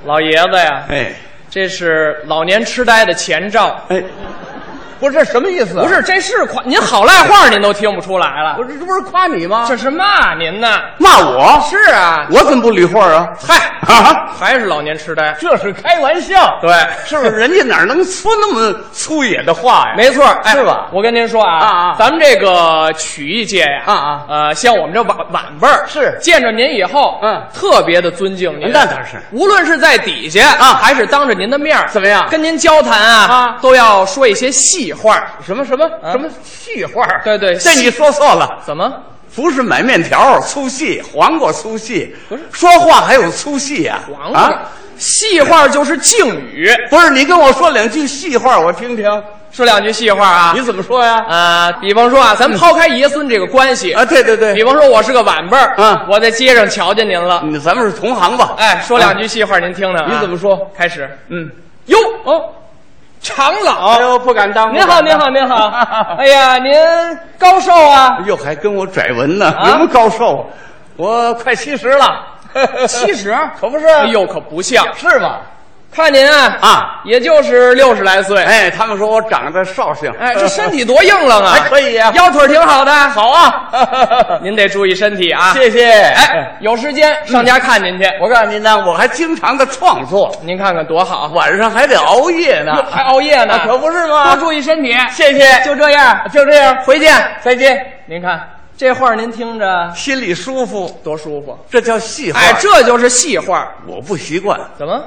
Speaker 8: 老爷子呀，
Speaker 9: 哎
Speaker 8: 这是老年痴呆的前兆。
Speaker 9: 哎，不是这什么意思啊、
Speaker 8: 不是，这是夸您好赖话，您都听不出来啊了
Speaker 9: 不。是，这不是夸你吗？
Speaker 8: 这是骂您呢。
Speaker 9: 骂我？
Speaker 8: 是啊，
Speaker 9: 我怎么不捋话啊？
Speaker 8: 嗨，
Speaker 9: 啊，
Speaker 8: 还是老年痴呆。
Speaker 9: 这是开玩笑，
Speaker 8: 对，
Speaker 6: 啊
Speaker 9: 是不是？人家哪能说那么粗野的话呀？
Speaker 8: 没错，哎，
Speaker 9: 是吧
Speaker 8: 我跟您说啊，
Speaker 9: 啊啊
Speaker 8: 咱们这个曲艺界呀，
Speaker 9: 啊啊
Speaker 8: 呃，像我们这晚晚辈儿，
Speaker 9: 是
Speaker 8: 见着您以后，
Speaker 9: 嗯
Speaker 8: 特别的尊敬您。
Speaker 9: 那当是
Speaker 8: 无论是在底下啊，还是当着您的面儿
Speaker 9: 怎么样
Speaker 8: 跟您交谈啊
Speaker 9: 啊，
Speaker 8: 都要说一些细话儿。
Speaker 9: 什么什么
Speaker 8: 啊
Speaker 9: 什么细话？
Speaker 8: 对对
Speaker 9: 这
Speaker 8: 细
Speaker 9: 你说错了，
Speaker 8: 怎么？
Speaker 9: 不是买面条粗细，黄瓜粗细，
Speaker 8: 不是
Speaker 9: 说话还有粗细呀？
Speaker 8: 黄瓜
Speaker 9: 啊，
Speaker 8: 细话儿就是敬语，
Speaker 9: 不是你跟我说两句细话，我听听，
Speaker 8: 说两句细话啊。
Speaker 9: 你怎么说呀？
Speaker 8: 啊，比方说啊，咱们抛开爷孙这个关系
Speaker 9: 啊，，对对对
Speaker 8: 比，方说我是个晚辈儿，
Speaker 9: 嗯
Speaker 8: 我在街上瞧见您了，
Speaker 9: 你咱们是同行吧？
Speaker 8: 哎，说两句细话您听听啊。
Speaker 9: 嗯你怎么说？
Speaker 8: 开始？
Speaker 9: 嗯，
Speaker 8: 哟哦，长老，
Speaker 9: 哎呦，不敢当。
Speaker 8: 您好，您好，您好。哎呀，您高寿啊？
Speaker 9: 哟，还跟我拽文呢，什么高寿？我快七十了，
Speaker 8: 七十？
Speaker 9: 可不是？
Speaker 8: 哎呦，可不像，
Speaker 9: 是吗？
Speaker 8: 看您啊，
Speaker 9: 嗯啊，
Speaker 8: 也就是六十来岁。
Speaker 9: 哎，他们说我长得绍兴，
Speaker 8: 哎，这身体多硬朗啊！
Speaker 9: 还哎可以呀
Speaker 8: 腰腿挺好的。好啊， 您得注意身体啊。
Speaker 9: 谢谢。
Speaker 8: 哎，，有时间上家看您去。
Speaker 9: 我告诉您呢，我还经常的创作，
Speaker 8: 您看看多好，
Speaker 9: 晚上还得熬夜呢
Speaker 8: 哟，还熬夜呢
Speaker 9: 啊，可不是吗？
Speaker 8: 多注意身体。哎
Speaker 9: 谢谢，
Speaker 8: 就这样，
Speaker 9: 就这样，
Speaker 8: 回见，再见。您看这话您听着
Speaker 9: 心里舒服，
Speaker 8: 多舒服。
Speaker 9: 这叫戏话。
Speaker 8: 哎，这就是戏话。
Speaker 9: 我不习惯，
Speaker 8: 怎么？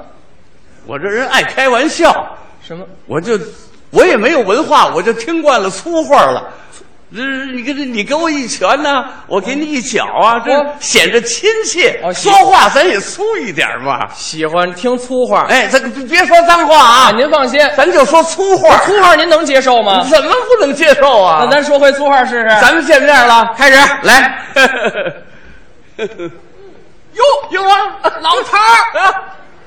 Speaker 9: 我这人爱开玩笑，
Speaker 8: 什么？
Speaker 9: 我就我也没有文化，我就听惯了粗话了。这你跟这你给我一拳呢、我给你一脚啊，
Speaker 8: 哦
Speaker 9: 这显着亲切。
Speaker 8: 哦喜
Speaker 9: 说话咱也粗一点嘛。
Speaker 8: 喜欢听粗话？
Speaker 9: 哎，咱别别说脏话
Speaker 8: 啊，
Speaker 9: 啊，
Speaker 8: 您放心，
Speaker 9: 咱就说粗话。啊
Speaker 8: 粗话您能接受吗？
Speaker 9: 怎么不能接受啊
Speaker 8: 那？咱说回粗话试试。
Speaker 9: 咱们见面了，开始 来。
Speaker 8: 哟哟啊，老头儿，
Speaker 9: 啊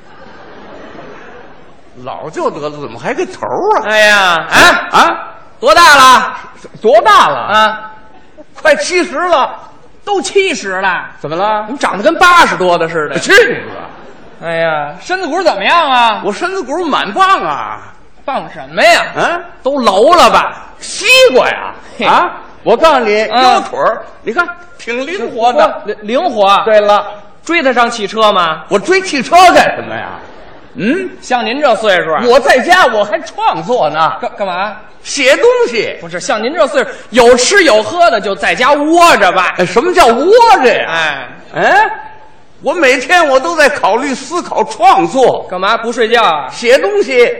Speaker 9: 老就得了，怎么还个头儿啊？
Speaker 8: 哎呀，
Speaker 9: 啊
Speaker 8: 哎，
Speaker 9: 啊，
Speaker 8: 多大了？
Speaker 9: 多大了？
Speaker 8: 啊，
Speaker 9: 快七十了，
Speaker 8: 都七十了，
Speaker 9: 怎么了
Speaker 8: 怎？么长得跟八十多的似的？
Speaker 9: 去你吧！
Speaker 8: 哎呀，身子骨怎么样啊？
Speaker 9: 我身子骨满棒啊！
Speaker 8: 棒什么呀？
Speaker 9: 啊，
Speaker 8: 都楼了吧？
Speaker 9: 西瓜呀！
Speaker 8: 嘿
Speaker 9: 啊，我告诉你，
Speaker 8: 嗯
Speaker 9: 腰腿儿，你看挺灵活的。
Speaker 8: 灵灵活。，
Speaker 9: 对了，
Speaker 8: 追得上汽车吗？
Speaker 9: 我追汽车干什么呀？嗯，
Speaker 8: 像您这岁数，啊
Speaker 9: 我在家我还创作呢，
Speaker 8: 干干嘛？
Speaker 9: 写东西。
Speaker 8: 不是像您这岁数，有吃有喝的就在家窝着吧。
Speaker 9: 哎，什么叫窝着呀？
Speaker 8: 哎，
Speaker 9: 哎，我每天我都在考虑、思考、创作、
Speaker 8: 干嘛不睡觉啊？
Speaker 9: 写东西。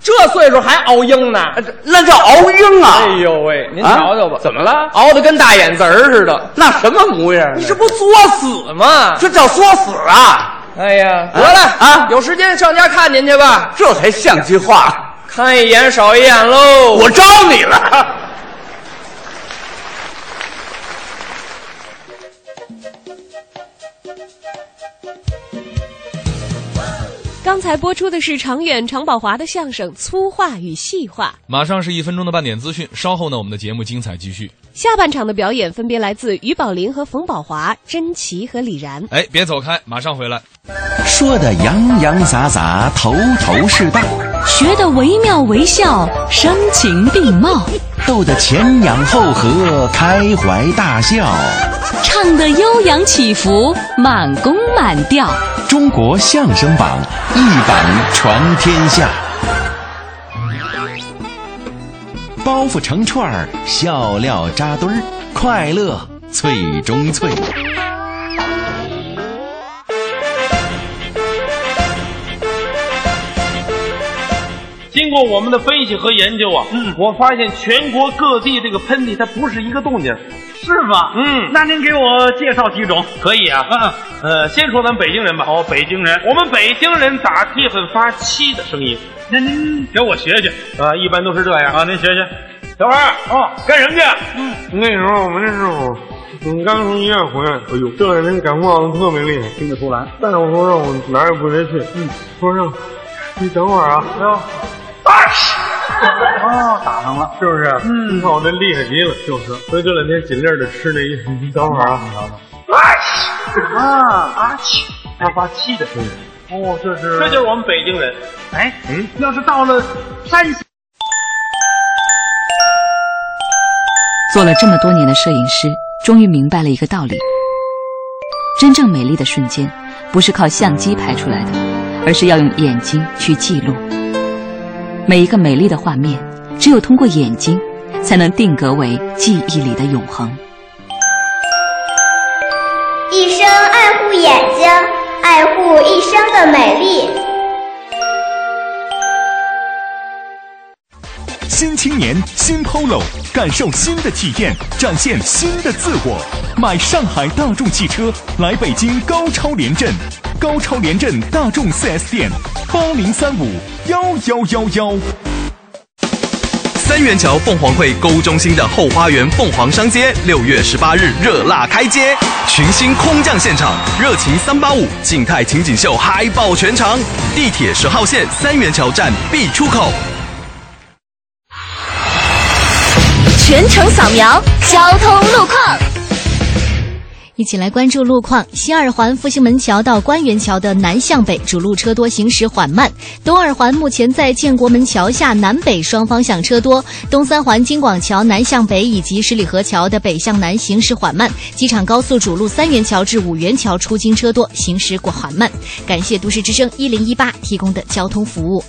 Speaker 8: 这岁数还熬鹰呢？
Speaker 9: 啊这那叫熬鹰啊！
Speaker 8: 哎呦喂，您
Speaker 9: 啊，
Speaker 8: 瞧瞧吧，
Speaker 9: 怎么了？
Speaker 8: 熬得跟大眼子儿似的，
Speaker 9: 那什么模样啊？
Speaker 8: 你这不作死吗？
Speaker 9: 这叫作死啊！
Speaker 8: 哎呀，得了
Speaker 9: 啊
Speaker 8: 有时间上家看您去吧，
Speaker 9: 这才像句话！
Speaker 8: 看一眼少一眼喽。
Speaker 9: 我招你了。
Speaker 4: 刚才播出的是常远常宝华的相声《粗话与细话》。
Speaker 5: 马上是一分钟的半点资讯，稍后呢，我们的节目精彩继续。
Speaker 4: 下半场的表演分别来自于宝林和冯宝华、甄奇和李然。
Speaker 5: 哎，别走开，马上回来。
Speaker 10: 说的洋洋洒洒，头头是道，
Speaker 1: 学得惟妙惟肖，声情并茂，
Speaker 10: 逗得前仰后合，开怀大笑。
Speaker 1: 唱得悠扬起伏，满弓满调。
Speaker 10: 中国相声榜一榜传天下，包袱成串儿，笑料扎堆儿，快乐脆中脆。
Speaker 6: 经过我们的分析和研究啊，嗯，我发现全国各地这个喷嚏它不是一个动静，是吗？嗯，那您给我介绍几种？可以啊，嗯，呃，先说咱北京人吧。哦，北京人，我们北京人打嚏很发气的声音。那您给我学学啊，一般都是这样啊，您学学。小孩儿，哦，干什么去？嗯，那时候我们那时候
Speaker 11: 你刚从医院回来，哎呦，这两天感冒特别厉害，听得出来。大夫说让我哪儿也不别去，嗯，说让你等会儿啊，啊，啊，打上了，是不是？嗯，你看我这厉害极了，就是。所以这两天尽量的吃那一，等会儿啊，
Speaker 7: 啊啊气，二八七的，哦，这是
Speaker 12: 这就是我们北京人。
Speaker 7: 哎，嗯，要是到了山西，
Speaker 13: 做了这么多年的摄影师，终于明白了一个道理：真正美丽的瞬间，不是靠相机拍出来的，而是要用眼睛去记录。每一个美丽的画面，只有通过眼睛，才能定格为记忆里的永恒。
Speaker 14: 一生爱护眼睛，爱护一生的美丽。
Speaker 10: 新青年，新 Polo，感受新的体验，展现新的自我。买上海大众汽车，来北京高超联镇，高超联镇大众 4S 店，八零三五幺幺幺幺。
Speaker 15: 三元桥凤凰汇购物中心的后花园凤凰商街，六月十八日热辣开街，群星空降现场，热情三八五静态情景秀嗨爆全场。地铁十号线三元桥站 B 出口。
Speaker 16: 全程扫描交通路况。一起来关注路况。西二环复兴门桥到官园桥的南向北主路车多，行驶缓慢；东二环目前在建国门桥下南北双方向车多；东三环京广桥南向北以及十里河桥的北向南行驶缓慢；机场高速主路三元桥至五元桥出京车多，行驶缓慢。感谢都市之声一零一八提供的交通服务。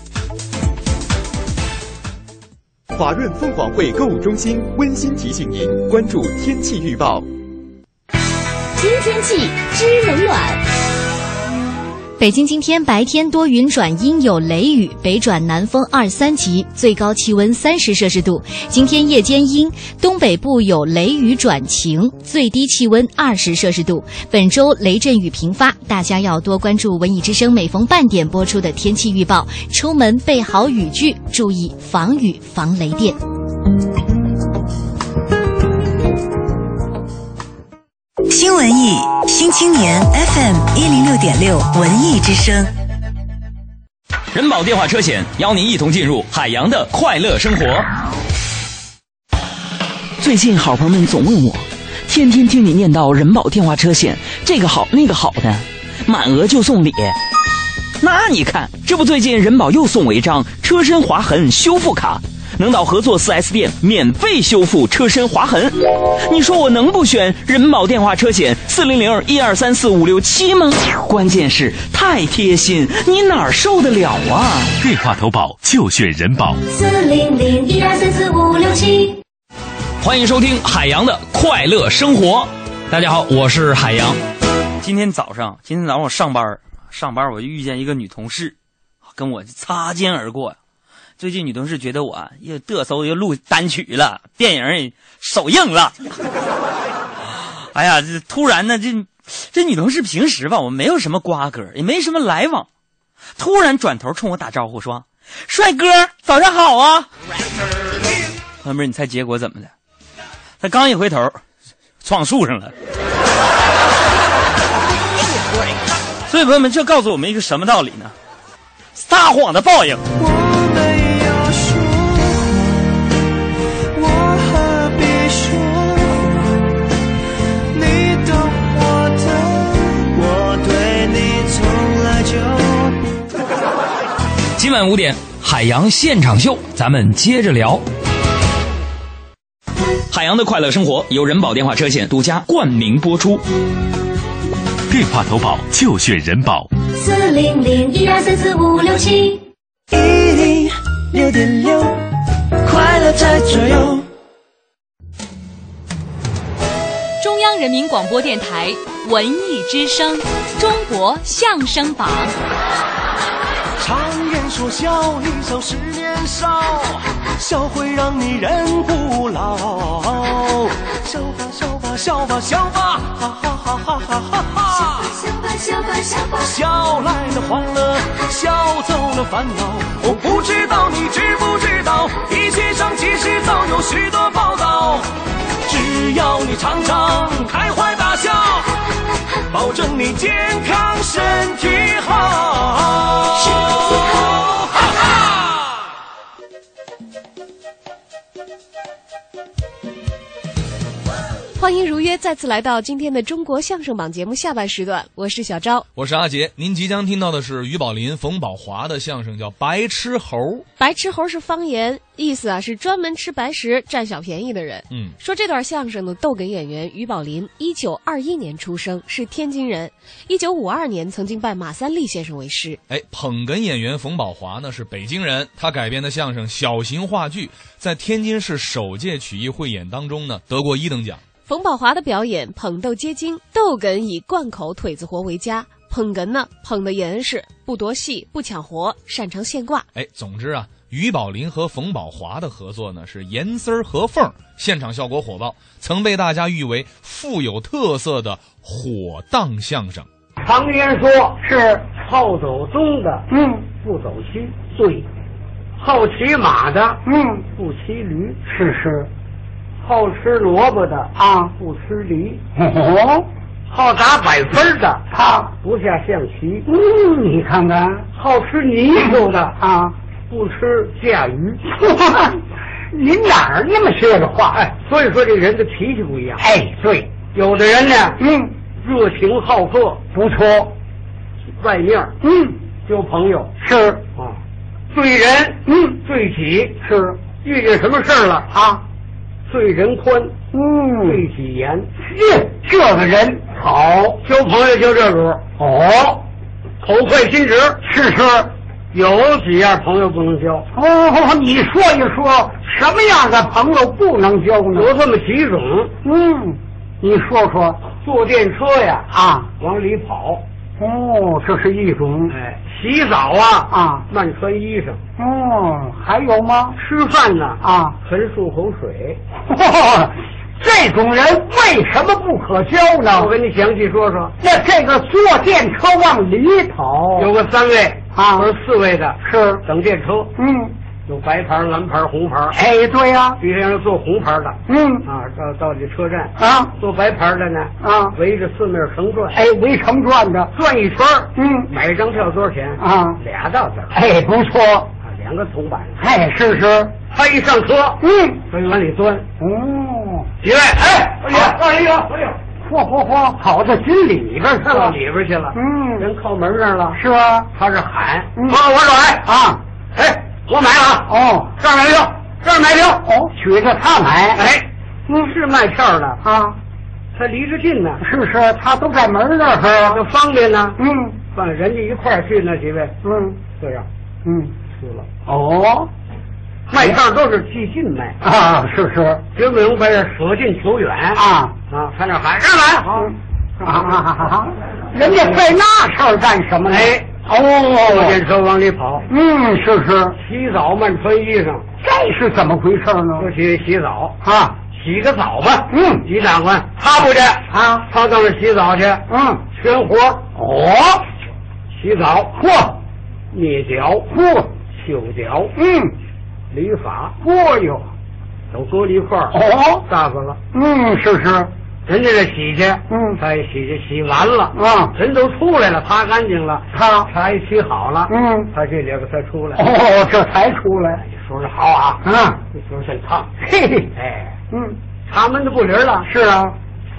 Speaker 17: 华润凤凰汇购物中心温馨提醒您关注天气预报。
Speaker 16: 新天气知冷暖。北京今天白天多云转阴有雷雨，北转南风二三级，最高气温三十摄氏度。今天夜间阴，东北部有雷雨转晴，最低气温二十摄氏度。本周雷阵雨频发，大家要多关注文艺之声每逢半点播出的天气预报，出门备好雨具，注意防雨防雷电。
Speaker 18: 新文艺新青年 FM 一零六点六文艺之声，
Speaker 19: 人保电话车险邀您一同进入海洋的快乐生活。
Speaker 20: 最近好朋友们总问我，天天听你念叨人保电话车险这个好那个好的，满额就送礼。那你看，这不最近人保又送我一张车身划痕修复卡，能到合作 4S 店免费修复车身划痕。你说我能不选人保电话车险四零零一二三四五六七吗？关键是太贴心，你哪儿受得了啊？
Speaker 10: 电话投保就选人保。
Speaker 21: 四零零一二三四五六七。
Speaker 19: 欢迎收听海洋的快乐生活。大家好，我是海洋。
Speaker 22: 今天早上，今天早上我上班儿上班儿我就遇见一个女同事，跟我擦肩而过。最近女同事觉得我啊又嘚瑟又录单曲了，电影也首映了。哎呀，这突然呢，这这女同事平时吧，我们没有什么瓜葛，也没什么来往，突然转头冲我打招呼说：“帅哥，早上好啊！”哥们儿，你猜结果怎么的？他刚一回头，撞树上了。所以朋友们，这告诉我们一个什么道理呢？撒谎的报应。
Speaker 23: 我何必说谎？你懂我的，我对你从来就。
Speaker 19: 今晚五点，海洋现场秀，咱们接着聊。海洋的快乐生活由人保电话车险独家冠名播出。
Speaker 10: 电话投保就选人保。
Speaker 21: 四零零一二三四五六七。
Speaker 23: 一零六点六，快乐在左右。
Speaker 1: 中央人民广播电台文艺之声《中国相声榜》。
Speaker 2: 常言说笑一笑十年少，笑会让你人不老。笑吧笑吧笑吧笑吧，哈哈哈哈哈哈哈！
Speaker 23: 笑吧笑吧笑吧
Speaker 2: 笑来了欢乐，笑走了烦恼。我不知道你知不知道，一切上其实早有许多报道。只要你尝尝，看你健康身体好。身体好，哈哈。
Speaker 4: 欢迎如约再次来到今天的中国相声榜节目下半时段，我是小昭。
Speaker 5: 我是阿杰，您即将听到的是于宝林、冯宝华的相声，叫《白痴猴》。
Speaker 4: 白吃猴是方言，意思啊是专门吃白食、占小便宜的人。
Speaker 5: 嗯
Speaker 4: 说这段相声的逗哏演员于宝林，一九二一年出生，是天津人。一九五二年曾经拜马三立先生为师。
Speaker 5: 哎，捧哏演员冯宝华呢是北京人，他改编的相声小型话剧在天津市首届曲艺汇演当中呢得过一等奖。
Speaker 4: 冯宝华的表演捧逗皆精，逗哏以贯口腿子活为佳，捧哏呢捧得严实，不夺戏，不抢活，擅长现挂。
Speaker 5: 哎，总之啊，于宝林和冯宝华的合作呢是严丝儿合缝儿，现场效果火爆，曾被大家誉为富有特色的火档相声。
Speaker 3: 常言说是好走中的，嗯，不走西，对；好骑马的，嗯，不骑驴，是是；好吃萝卜的，啊，不吃梨，哦，好打百分的，啊，不下象棋，嗯，你看看；好吃泥鳅的，啊，不吃甲鱼。 您哪儿那么些个话？哎，所以说这人的脾气不一样。哎，对，有的人呢，嗯，热情好客，不错，外面嗯，交朋友是啊，对人嗯，对己是，遇见什么事儿了啊，对人宽，嗯，对己严，这这个人好，交朋友就这主儿哦，口快心直，是是。有几样朋友不能交哦，你说一说什么样的朋友不能交呢？有这么几种，嗯，你说说，坐电车呀，啊，往里跑。哦，这是一种。哎，洗澡啊啊，乱穿衣裳。哦，还有吗？吃饭呢啊，含漱口水。 这种人为什么不可交呢？我跟你详细说说。那这个坐电车往里跑，有个三位啊，或者四位的，是等电车。嗯，有白牌、蓝牌、红牌。哎，对呀、比如说坐红牌的，嗯啊，到到这车站啊，坐白牌的呢啊，围着四面城转，哎，围城转着，转一圈嗯，买一张票多少钱啊？俩到子，哎，不错，啊，两个铜板，哎，是是，他一上车，嗯，他就往里钻，哦，几位，哎，哎呀，哎呀，哎呀。嚯嚯嚯，跑到军里边去了，里边去了。嗯，人靠门那儿了。是啊，他是喊，朋友我来啊，哎，我买了。哦，这儿买票，这儿买票。哦，许着他买。哎，嗯，是卖票的啊，他离着近呢。是是，他都在门那儿，就方便呢。嗯，放人家一块儿去那几位。嗯，这样。嗯，输了。哦。卖票都是即兴卖啊，是是，绝不能把这舍近求远啊啊！他那喊让来，好啊啊啊！人家费那事儿干什么呢？哎，哦，坐电车往里跑，嗯，是是，洗澡慢穿衣裳，这是怎么回事呢？不洗洗澡啊，洗个澡吧。嗯，李长官，他不去啊，他到那洗澡去，嗯，全活哦，洗澡，嚯，蹑脚，嚯，修脚，嗯。理发，哦呦，都搁一块儿，哦，大发了，嗯，是是，人家这洗去，嗯，他一洗去洗完了，啊，人都出来了，擦干净了，他他一洗好了，嗯，他这里边才出来，哦，这才出来，你说的好啊，啊，你说真烫，嘿嘿，哎，嗯，茶闷的不灵了，是啊。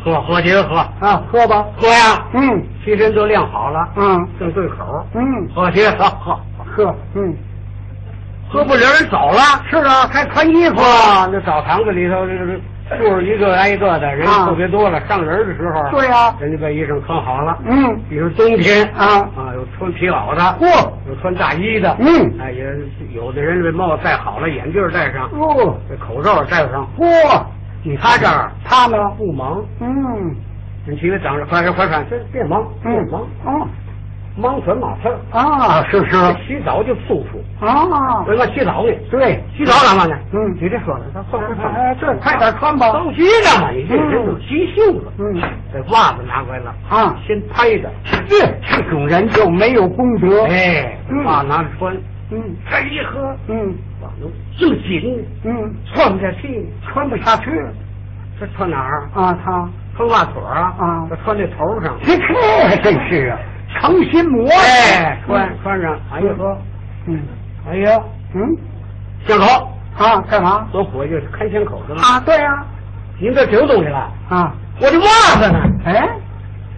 Speaker 3: 喝喝接着喝啊，喝吧，喝呀，嗯，起身都晾好了，嗯，正对口，嗯，喝接着喝喝喝，嗯，喝不了人走了。是啊，还穿衣服啊。那澡堂子里头住着一个挨一个的，人特别多了。上人的时候，啊对呀、人家把衣裳穿好了。嗯，比如冬天啊啊，有穿皮袄的，嚯，有穿大衣的，嗯，哎，也有的人这帽子戴好了，眼镜戴上，哦，这口罩戴上，嚯，你他这儿他呢不忙，嗯，你几个长着快点快点，这别忙，别忙，哦。忙什马事儿啊？是是，洗澡就舒服啊。我洗澡呢，对，洗澡干嘛呢？嗯，你这说的，他快快快，这快点穿吧，着急干嘛？你这人有急性子。嗯，这袜子拿过来了啊，先拍的。这这种人就没有功德。哎，袜拿着穿，嗯，这一喝，嗯，袜子这嗯么紧，嗯，穿不下去，穿不下去。这穿哪儿啊？他穿挂腿儿啊，啊，就穿这头上。这真是啊，成心魔哎，穿穿上，哎呦说，嗯，哎呦，嗯，巷口啊，干嘛？走火就是开枪口子了啊，对呀、您这丢东西了啊，我的袜子呢？哎，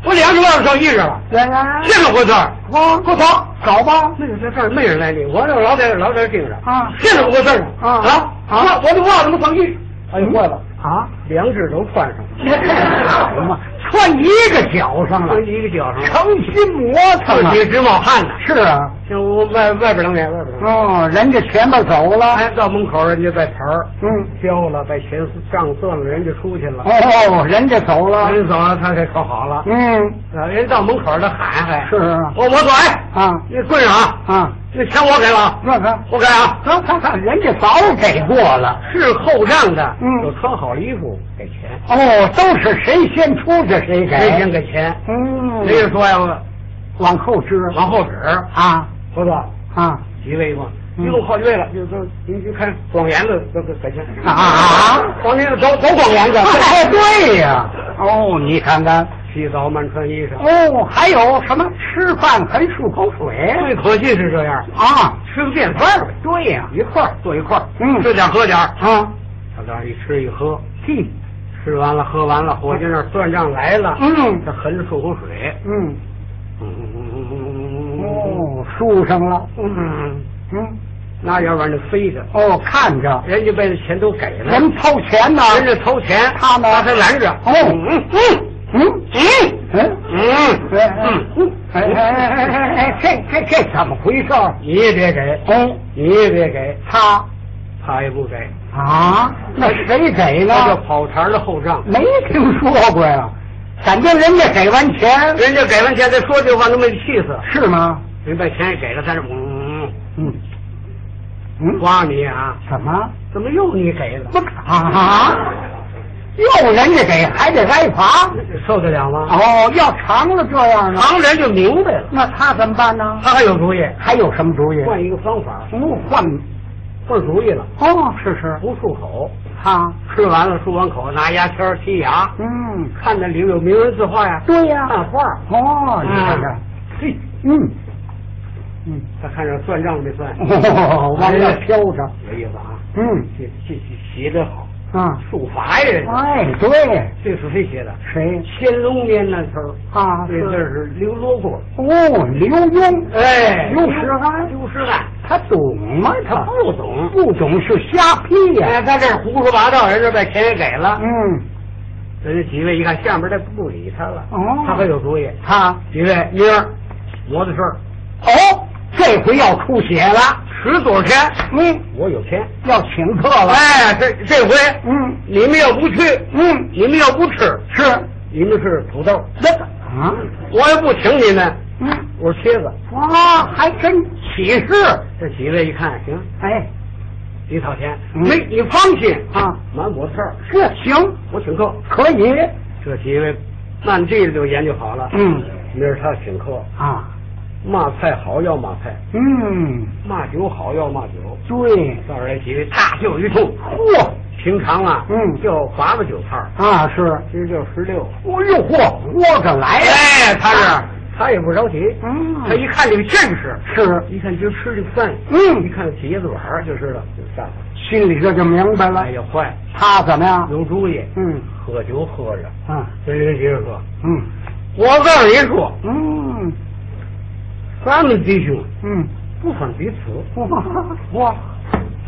Speaker 3: 我两只袜子上衣裳了，来来，这怎么回事？啊，给我找找吧，那个在这儿没人来领，我这老在老在盯着啊，这怎么回事啊？啊啊啊！我的袜子没上衣，哎呦，坏了啊，两只都穿上了， 好嘛，穿一个脚上了，穿一个脚上，成心磨蹭
Speaker 2: 自己直冒汗
Speaker 3: 呢。是啊，这我外外边冷点，外边冷。哦，人家前面走了，哎，到门口人家在牌儿，嗯，交了，把钱账算了，人家出去了。
Speaker 2: 哦人
Speaker 3: 家走了，人走了，他给可好了。嗯，人到门口他喊喊，是我我走哎啊，那跪上啊啊，那钱我给了啊，那看我给啊，看看看，人家早给过了，是后账的，嗯，有穿好了衣服给钱。
Speaker 2: 哦，都是谁先
Speaker 3: 出这谁
Speaker 2: 给
Speaker 3: 谁先给钱？
Speaker 2: 嗯
Speaker 3: 没人说呀，我往后支，往后指啊，不错啊，几位嘛，一共好几位了，就就您您看广元的都给给钱啊啊，广元的走走广元的，
Speaker 2: 哎对
Speaker 3: 呀，哦，你看看。洗澡慢穿衣裳哦，还有什么吃饭还漱口水？最可惜是这样啊，吃个便饭呗。对呀、一块儿坐一块儿，嗯，吃点喝点啊。嗯他这一吃一喝，哼，吃完了喝完了，伙计那儿算账来了，嗯，他横着漱口水，嗯，哦，漱上了，嗯嗯，那要不然就飞着，哦，看着，人家把这钱都给了，
Speaker 2: 人
Speaker 3: 掏钱呢，人家掏钱，他呢，把他拦着，哦，嗯嗯嗯嗯嗯嗯嗯，哎哎哎哎哎哎，这这这怎么回事？你也别给，哦，你也别给，他他也不给。
Speaker 2: 啊，那谁
Speaker 3: 那
Speaker 2: 给
Speaker 3: 叫
Speaker 2: 了？
Speaker 3: 跑堂的后账，
Speaker 2: 没听说过呀，感觉人家给完钱，
Speaker 3: 人家给完钱再说这话，都没气死。
Speaker 2: 是吗？
Speaker 3: 人把钱也给了，但是嗯嗯嗯，夸你啊？
Speaker 2: 怎么？
Speaker 3: 怎么又你给了？
Speaker 2: 啊，又人家给还得挨罚？
Speaker 3: 受得了吗？
Speaker 2: 哦，要长了这样呢，
Speaker 3: 常人就明白了。
Speaker 2: 那他怎么办呢？
Speaker 3: 他还有主意，
Speaker 2: 还有什么主意？
Speaker 3: 换一个方法，
Speaker 2: 不换
Speaker 3: 换主意了。
Speaker 2: 哦，是是，
Speaker 3: 不漱口，
Speaker 2: 他
Speaker 3: 吃完了漱完口，拿牙签儿剔牙，
Speaker 2: 嗯，
Speaker 3: 看那里有名人字画呀，
Speaker 2: 对呀，
Speaker 3: 看画儿。
Speaker 2: 哦，你看
Speaker 3: 啊
Speaker 2: 看，
Speaker 3: 嘿，
Speaker 2: 嗯，
Speaker 3: 他看着算账没算，
Speaker 2: 哦，往那飘着，
Speaker 3: 有意思啊。
Speaker 2: 嗯
Speaker 3: 这这这写的好，
Speaker 2: 啊，
Speaker 3: 书法呀，这是
Speaker 2: 哎，对，
Speaker 3: 这是谁写的？
Speaker 2: 谁？
Speaker 3: 乾隆年那时候
Speaker 2: 啊
Speaker 3: 这字儿是刘罗锅。
Speaker 2: 哦，刘墉，
Speaker 3: 哎，
Speaker 2: 刘石汉，
Speaker 3: 刘石汉，
Speaker 2: 他懂吗？
Speaker 3: 他不懂，
Speaker 2: 不懂是瞎批呀、
Speaker 3: 哎，在这儿胡说八道，人家把钱也给了，
Speaker 2: 嗯，
Speaker 3: 人家几位一看下面的不理他了，
Speaker 2: 哦
Speaker 3: 他还有主意，
Speaker 2: 他
Speaker 3: 几位一人我的事儿，
Speaker 2: 哦，这回要出血了，
Speaker 3: 十多天，
Speaker 2: 嗯，
Speaker 3: 我有钱，
Speaker 2: 要请客了，
Speaker 3: 哎，这这回
Speaker 2: 嗯
Speaker 3: 你们要不去，
Speaker 2: 嗯，
Speaker 3: 你们要不吃，
Speaker 2: 是
Speaker 3: 你们是土豆，
Speaker 2: 这啊，
Speaker 3: 我也不请你们，
Speaker 2: 嗯，
Speaker 3: 我是茄子。
Speaker 2: 哇，还真起事，
Speaker 3: 这几位一看，行，
Speaker 2: 哎，
Speaker 3: 你掏钱，
Speaker 2: 嗯
Speaker 3: 没你放心
Speaker 2: 啊，
Speaker 3: 满我的事儿，
Speaker 2: 这行
Speaker 3: 我请客。
Speaker 2: 可以，
Speaker 3: 这几位按这个就研究好了，
Speaker 2: 嗯，
Speaker 3: 明儿他请客，
Speaker 2: 啊，
Speaker 3: 嘛菜好要嘛菜，
Speaker 2: 嗯，
Speaker 3: 嘛酒好要嘛酒。
Speaker 2: 对，
Speaker 3: 到这儿几位大就一通，
Speaker 2: 嚯
Speaker 3: 平常啊，
Speaker 2: 嗯
Speaker 3: 叫八个九菜，
Speaker 2: 啊是，
Speaker 3: 今儿叫十六。
Speaker 2: 哦呦嚯，豁着来呀、
Speaker 3: 哎，他是他也不着急，
Speaker 2: 嗯
Speaker 3: 他一看这个阵势，
Speaker 2: 是，
Speaker 3: 一看今儿吃这饭，
Speaker 2: 嗯
Speaker 3: 一看茄子碗儿就知道，就散了。
Speaker 2: 心里这就明白了
Speaker 3: 哎，呀，坏，
Speaker 2: 他怎么样？
Speaker 3: 有主意，
Speaker 2: 嗯
Speaker 3: 喝酒喝着，
Speaker 2: 啊，
Speaker 3: 跟人接着喝。
Speaker 2: 嗯
Speaker 3: 我告诉您说，
Speaker 2: 嗯
Speaker 3: 咱们弟兄
Speaker 2: 嗯，
Speaker 3: 不分彼此，
Speaker 2: 哇哇，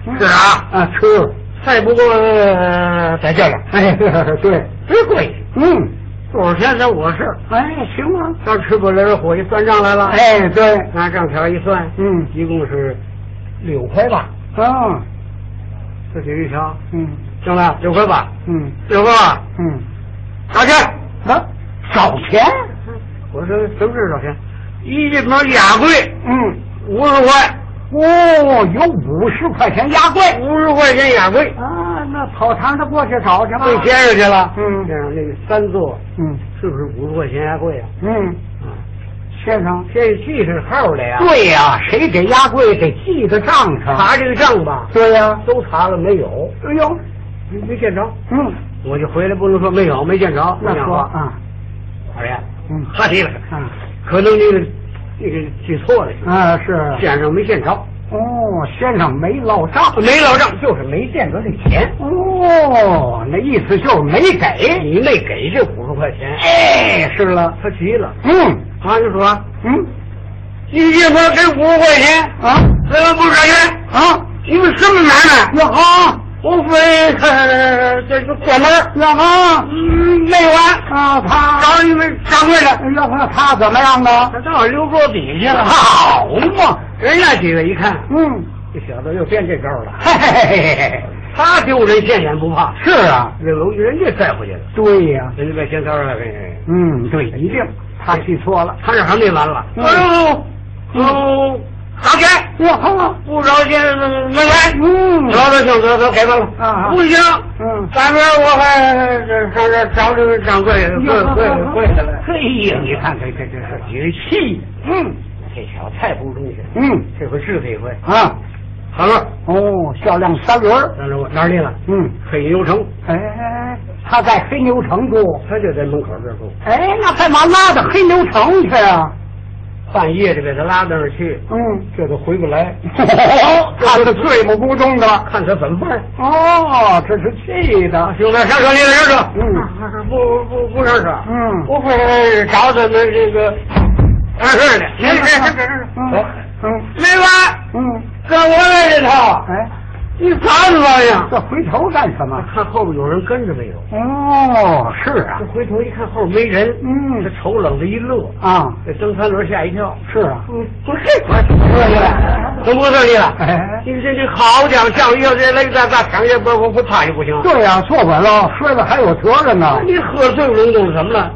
Speaker 3: 是啊，
Speaker 2: 啊吃，
Speaker 3: 菜不过呃在这儿了，
Speaker 2: 哎 对，
Speaker 3: 没关系，
Speaker 2: 嗯，
Speaker 3: 多少钱在我事儿。
Speaker 2: 哎行啊，
Speaker 3: 要吃不来人伙计算账来了，，
Speaker 2: 哎对，
Speaker 3: 拿账条一算，
Speaker 2: 嗯
Speaker 3: 一共是六块八，
Speaker 2: 啊
Speaker 3: 这几一条，
Speaker 2: 嗯
Speaker 3: 行了，六块八，
Speaker 2: 嗯
Speaker 3: 六块八，
Speaker 2: 嗯，
Speaker 3: 拿去。
Speaker 2: 啊少钱，
Speaker 3: 我说什么事儿老钱？一进门俩柜
Speaker 2: 嗯
Speaker 3: 五十块，
Speaker 2: 哦有五十块钱压柜
Speaker 3: 五十块钱俩柜，
Speaker 2: 啊，那跑堂的过去找去吧，
Speaker 3: 对先生去了。
Speaker 2: 嗯
Speaker 3: 先生那个三座
Speaker 2: 嗯
Speaker 3: 是不是五十块钱牙柜啊？
Speaker 2: 嗯，先生，
Speaker 3: 这记是号的呀。，
Speaker 2: 对呀、谁给压柜得记个账上，
Speaker 3: 查这个账吧，
Speaker 2: 对呀、
Speaker 3: 都查了没有？
Speaker 2: 哎呦，
Speaker 3: 没没见着，嗯，我就回来不能说没有没见着，
Speaker 2: 那
Speaker 3: 不讲
Speaker 2: 说
Speaker 3: 话
Speaker 2: 啊，
Speaker 3: 二爷，嗯，哈提了，
Speaker 2: 啊，
Speaker 3: 可能那个那个记错了，
Speaker 2: 啊是
Speaker 3: 现场没现着，
Speaker 2: 哦，先生没落账，
Speaker 3: 没落账，就是没见着这钱，
Speaker 2: 哦，那意思就是没给，
Speaker 3: 你没给这五十块钱，
Speaker 2: 哎，
Speaker 3: 是了，他急了，
Speaker 2: 嗯，
Speaker 3: 他就说，
Speaker 2: 嗯，
Speaker 3: 你这边给五十块钱啊，呃，不少钱啊，你们什么买卖？
Speaker 2: 那好，
Speaker 3: 无啊非呃这个关门儿，
Speaker 2: 那好，
Speaker 3: 嗯，没完。
Speaker 2: 啊他
Speaker 3: 找你们掌柜的，
Speaker 2: 要不他怎么样呢？
Speaker 3: 他到溜沟底下了。
Speaker 2: 好嘛，
Speaker 3: 人家几个一看，
Speaker 2: 嗯，
Speaker 3: 这小子又变这招了。
Speaker 2: 嘿嘿嘿嘿嘿，
Speaker 3: 他丢人现眼不怕，
Speaker 2: 是啊，
Speaker 3: 这楼人家拽回去了。
Speaker 2: 对呀，
Speaker 3: 人家把钱掏出来给你，
Speaker 2: 嗯，对，一定，他记错了，
Speaker 3: 他这还没完了。哎
Speaker 2: 嗯
Speaker 3: 呦，哦，好钱，
Speaker 2: 那好，
Speaker 3: 不着钱没来。
Speaker 2: 嗯，
Speaker 3: 得得行，得得给吧了。
Speaker 2: 啊
Speaker 3: 不行，
Speaker 2: 嗯，
Speaker 3: 咱们我还这上这找这个掌柜的柜
Speaker 2: 哟
Speaker 3: 柜
Speaker 2: 呵呵
Speaker 3: 柜的来。
Speaker 2: 嘿呀
Speaker 3: 你看这这这这有气，嗯，这小子太不中心，
Speaker 2: 嗯，
Speaker 3: 这回治他一回。
Speaker 2: 啊，
Speaker 3: 好了，
Speaker 2: 哦，小辆三轮儿，
Speaker 3: 那我哪儿去了？
Speaker 2: 嗯，
Speaker 3: 黑牛城，
Speaker 2: 哎，他在黑牛城住，
Speaker 3: 他就在门口这儿住，
Speaker 2: 哎，那干嘛拉到黑牛城去啊？
Speaker 3: 半夜就给他拉那儿去，
Speaker 2: 嗯，
Speaker 3: 这都回不来。
Speaker 2: 看得醉目不中的了。
Speaker 3: 看他怎么办。
Speaker 2: 哦，这是气的，
Speaker 3: 兄弟，上车，你上车。
Speaker 2: 嗯
Speaker 3: 不不不上车。
Speaker 2: 嗯
Speaker 3: 不会找咱们这个二事的。行行行行行，
Speaker 2: 嗯
Speaker 3: 没完，
Speaker 2: 嗯，
Speaker 3: 跟我来这套，
Speaker 2: 哎，
Speaker 3: 你咋子玩意儿？
Speaker 2: 这回头干什么？
Speaker 3: 看后边有人跟着没有？
Speaker 2: 哦，是啊
Speaker 3: 这，回头一看后边没人，
Speaker 2: 嗯
Speaker 3: 这丑冷的一乐，
Speaker 2: 啊，
Speaker 3: 这蹬三轮吓一跳。
Speaker 2: 是啊，
Speaker 3: 嗯，不是，我怎么不是你了？
Speaker 2: 哎
Speaker 3: 你这这好讲教育，要这来咱咱强也不不不怕你不行。啊
Speaker 2: 对呀、坐稳了，摔了还有责任呢。
Speaker 3: 你喝醉了，你懂什么了？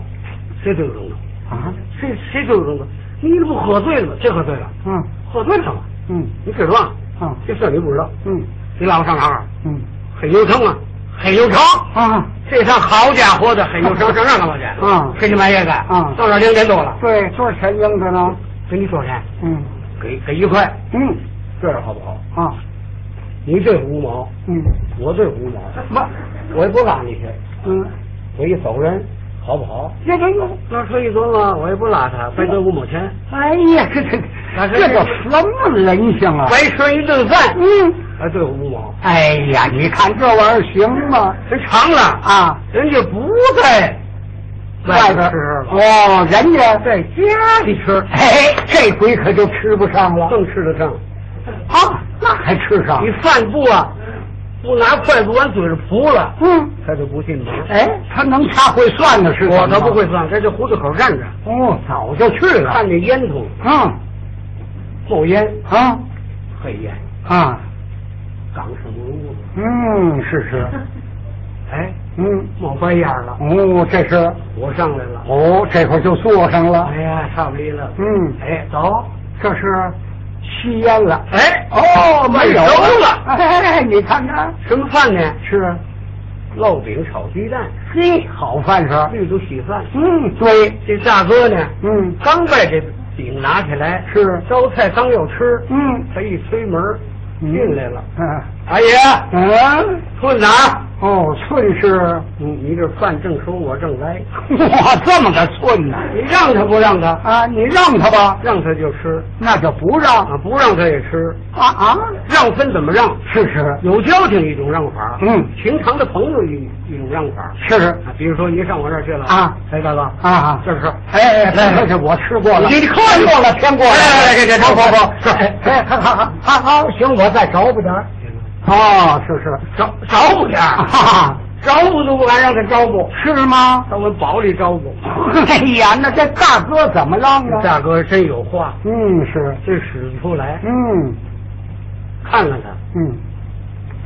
Speaker 3: 谁醉了？
Speaker 2: 啊，
Speaker 3: 谁谁醉了？你不喝醉了吗？谁喝醉了？
Speaker 2: 嗯
Speaker 3: 喝醉了吗？
Speaker 2: 嗯
Speaker 3: 你知道吗？
Speaker 2: 嗯
Speaker 3: 这事儿你不知道。
Speaker 2: 嗯
Speaker 3: 你拉我上哪啊儿？
Speaker 2: 嗯
Speaker 3: 黑牛城啊，黑牛城。
Speaker 2: 啊，
Speaker 3: 这趟好家伙的，黑牛城上那干嘛去？
Speaker 2: 嗯
Speaker 3: 黑天半夜的。
Speaker 2: 嗯
Speaker 3: 到那儿两点多了。
Speaker 2: 对，多少钱应的呢？
Speaker 3: 给你多少钱？
Speaker 2: 嗯
Speaker 3: 给给一块，
Speaker 2: 嗯
Speaker 3: 这样好不好？
Speaker 2: 啊
Speaker 3: 你这五毛，
Speaker 2: 嗯
Speaker 3: 我这五毛，
Speaker 2: 妈
Speaker 3: 我也不拉你去，
Speaker 2: 嗯，
Speaker 3: 我一走人，好不好？
Speaker 2: 这嗯这这，
Speaker 3: 那车一琢磨，我也不拉他，白得五毛钱，
Speaker 2: 哎呀，这这这叫什么人性啊
Speaker 3: 白！吃一顿饭，
Speaker 2: 嗯。
Speaker 3: 还对五毛，
Speaker 2: 哎呀，你看这玩意儿行吗？
Speaker 3: 人尝了，
Speaker 2: 啊，
Speaker 3: 人家不在
Speaker 2: 外边
Speaker 3: 吃了，
Speaker 2: 哦，人家在
Speaker 3: 家里吃
Speaker 2: 哎，这回可就吃不上了
Speaker 3: 更吃得上。
Speaker 2: 啊，那还吃上
Speaker 3: 你？饭不啊，不拿筷子往嘴上扑了，
Speaker 2: 嗯，
Speaker 3: 他就不信了。
Speaker 2: 哎，他能掐会算的是什么
Speaker 3: 我倒不会。
Speaker 2: 啊
Speaker 3: 算，在这胡同口站着，
Speaker 2: 哦，早就去了。
Speaker 3: 看见烟囱
Speaker 2: 嗯
Speaker 3: 冒烟，
Speaker 2: 啊
Speaker 3: 黑烟，
Speaker 2: 啊，
Speaker 3: 港式木屋子，
Speaker 2: 嗯，是是，
Speaker 3: 哎，
Speaker 2: 嗯，
Speaker 3: 冒白烟了，
Speaker 2: 哦，这是
Speaker 3: 我上来了，
Speaker 2: 哦，这会儿就坐上了
Speaker 3: 哎。呀，差不离了，
Speaker 2: 嗯，
Speaker 3: 哎，走，
Speaker 2: 这是吸烟了。
Speaker 3: 哎
Speaker 2: 哦，没有
Speaker 3: 熟了，
Speaker 2: 哎，你看看，
Speaker 3: 什么饭呢？
Speaker 2: 是啊
Speaker 3: 烙饼炒鸡蛋，
Speaker 2: 嘿，好饭是。
Speaker 3: 绿豆稀饭。
Speaker 2: 嗯，对，
Speaker 3: 这大哥呢，
Speaker 2: 嗯
Speaker 3: 刚把这饼拿起来，
Speaker 2: 是
Speaker 3: 烧菜刚要吃，
Speaker 2: 嗯
Speaker 3: 他一推门
Speaker 2: 嗯
Speaker 3: 进来了，
Speaker 2: 嗯
Speaker 3: 阿爷，
Speaker 2: 嗯，
Speaker 3: 困哪？
Speaker 2: 哦，寸是，
Speaker 3: 你你这饭正收，我正 来，
Speaker 2: 哇，这么个寸呢、
Speaker 3: 你让他不让他？
Speaker 2: 啊，你让他吧，
Speaker 3: 让他就吃
Speaker 2: 那就不让
Speaker 3: 啊，不让他也吃，
Speaker 2: 啊啊，
Speaker 3: 让分怎么让？
Speaker 2: 是是，
Speaker 3: 有交情一种让法，
Speaker 2: 嗯
Speaker 3: 平常的朋友一一种让法。
Speaker 2: 是是
Speaker 3: 啊，比如说您上我这儿去了
Speaker 2: 啊，
Speaker 3: 哎，大哥
Speaker 2: 啊啊，
Speaker 3: 这是
Speaker 2: 哎哎，
Speaker 3: 来
Speaker 2: 来，这我吃过了，
Speaker 3: 你你
Speaker 2: 看过了，听过了，
Speaker 3: 来来来这这
Speaker 2: 不不
Speaker 3: 这
Speaker 2: 不，
Speaker 3: 这
Speaker 2: 哎哎，好好好好好，行，我再找补点儿哦，是是，
Speaker 3: 着着补点
Speaker 2: 哈
Speaker 3: 儿，
Speaker 2: 哈，
Speaker 3: 着补都不敢让他着补，
Speaker 2: 是吗？
Speaker 3: 到我堡里招补。
Speaker 2: 哎呀，那这大哥怎么让
Speaker 3: 这
Speaker 2: 啊？
Speaker 3: 大哥真有话，
Speaker 2: 嗯，是，
Speaker 3: 真使得出来。
Speaker 2: 嗯
Speaker 3: 看看他，
Speaker 2: 嗯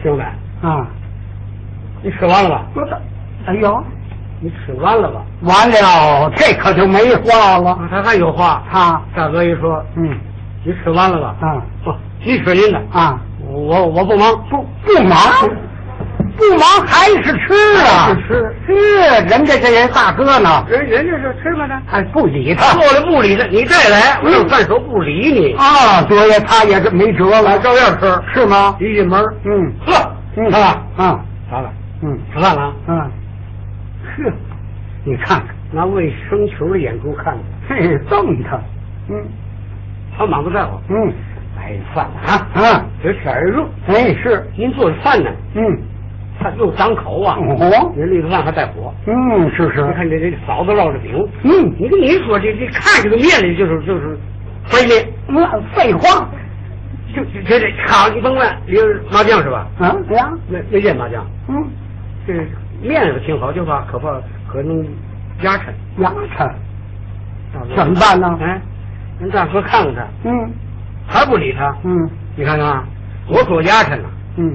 Speaker 3: 兄弟，
Speaker 2: 啊，
Speaker 3: 你吃完了吧？
Speaker 2: 我的，哎呦，
Speaker 3: 你吃完了吧？
Speaker 2: 完了，这可就没话了。
Speaker 3: 他还有话。
Speaker 2: 啊，
Speaker 3: 大哥一说，
Speaker 2: 嗯
Speaker 3: 你吃完了吧？
Speaker 2: 啊
Speaker 3: 不，你吃您的，
Speaker 2: 啊，
Speaker 3: 我我不忙，
Speaker 2: 不不忙，不忙还是吃啊
Speaker 3: 还，是
Speaker 2: 吃，人家这人大哥呢，
Speaker 3: 人人家是吃吧呢。
Speaker 2: 还不理他。
Speaker 3: 过来不理他，你再来，我这饭手不理你。
Speaker 2: 啊，对呀，他也是没辙了，
Speaker 3: 照样吃
Speaker 2: 是吗？
Speaker 3: 一进门，
Speaker 2: 嗯
Speaker 3: 呵，
Speaker 2: 嗯
Speaker 3: 看吧，
Speaker 2: 啊，
Speaker 3: 看吧，嗯，吃饭了。嗯，呵，你看看拿卫生球的眼珠看看，嘿，瞪他。嗯，他满不在乎。嗯，来饭了啊啊，有点儿热。哎，是您做的饭呢？嗯，饭又脏口啊。哦，人绿豆饭还带火。嗯，是是。你看这这嫂子烙着饼。嗯，你跟你说这这看这个面里就是就是飞面。嗯，废话。就就这这好，你甭问，你是麻将是吧？啊，对呀，没没练麻将。嗯，这练了挺好，就怕可怕可能压沉。压沉，
Speaker 6: 怎么办呢
Speaker 3: 哎，人大哥看看他，嗯，还不理他，嗯，你看看啊，我左压沉了，嗯，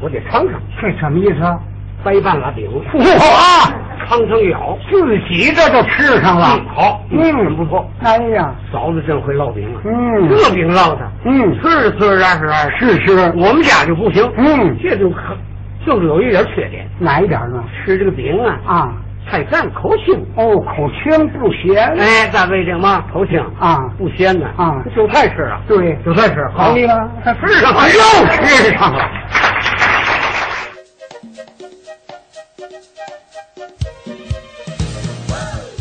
Speaker 3: 我得撑上。这什么意思啊？啊掰半拉饼，
Speaker 6: 哇，
Speaker 3: 康成咬，
Speaker 6: 自己这就吃上了
Speaker 3: 嗯好，嗯，很不错。
Speaker 6: 哎呀，
Speaker 3: 嫂子真会烙饼啊，
Speaker 6: 嗯
Speaker 3: 这饼烙的，嗯，是是是二是二，是是，我们家就不行，嗯，这就可就是有一点缺点，
Speaker 6: 哪一点呢？
Speaker 3: 吃这个饼啊啊，太干口轻，
Speaker 6: 哦，口腔不咸。
Speaker 3: 哎，大卫这嘛口轻啊，不鲜呢啊，韭菜吃啊，对，韭菜吃，
Speaker 6: 好
Speaker 3: 厉
Speaker 6: 厉
Speaker 3: 害
Speaker 6: 害，
Speaker 3: 他吃上了，又吃上了。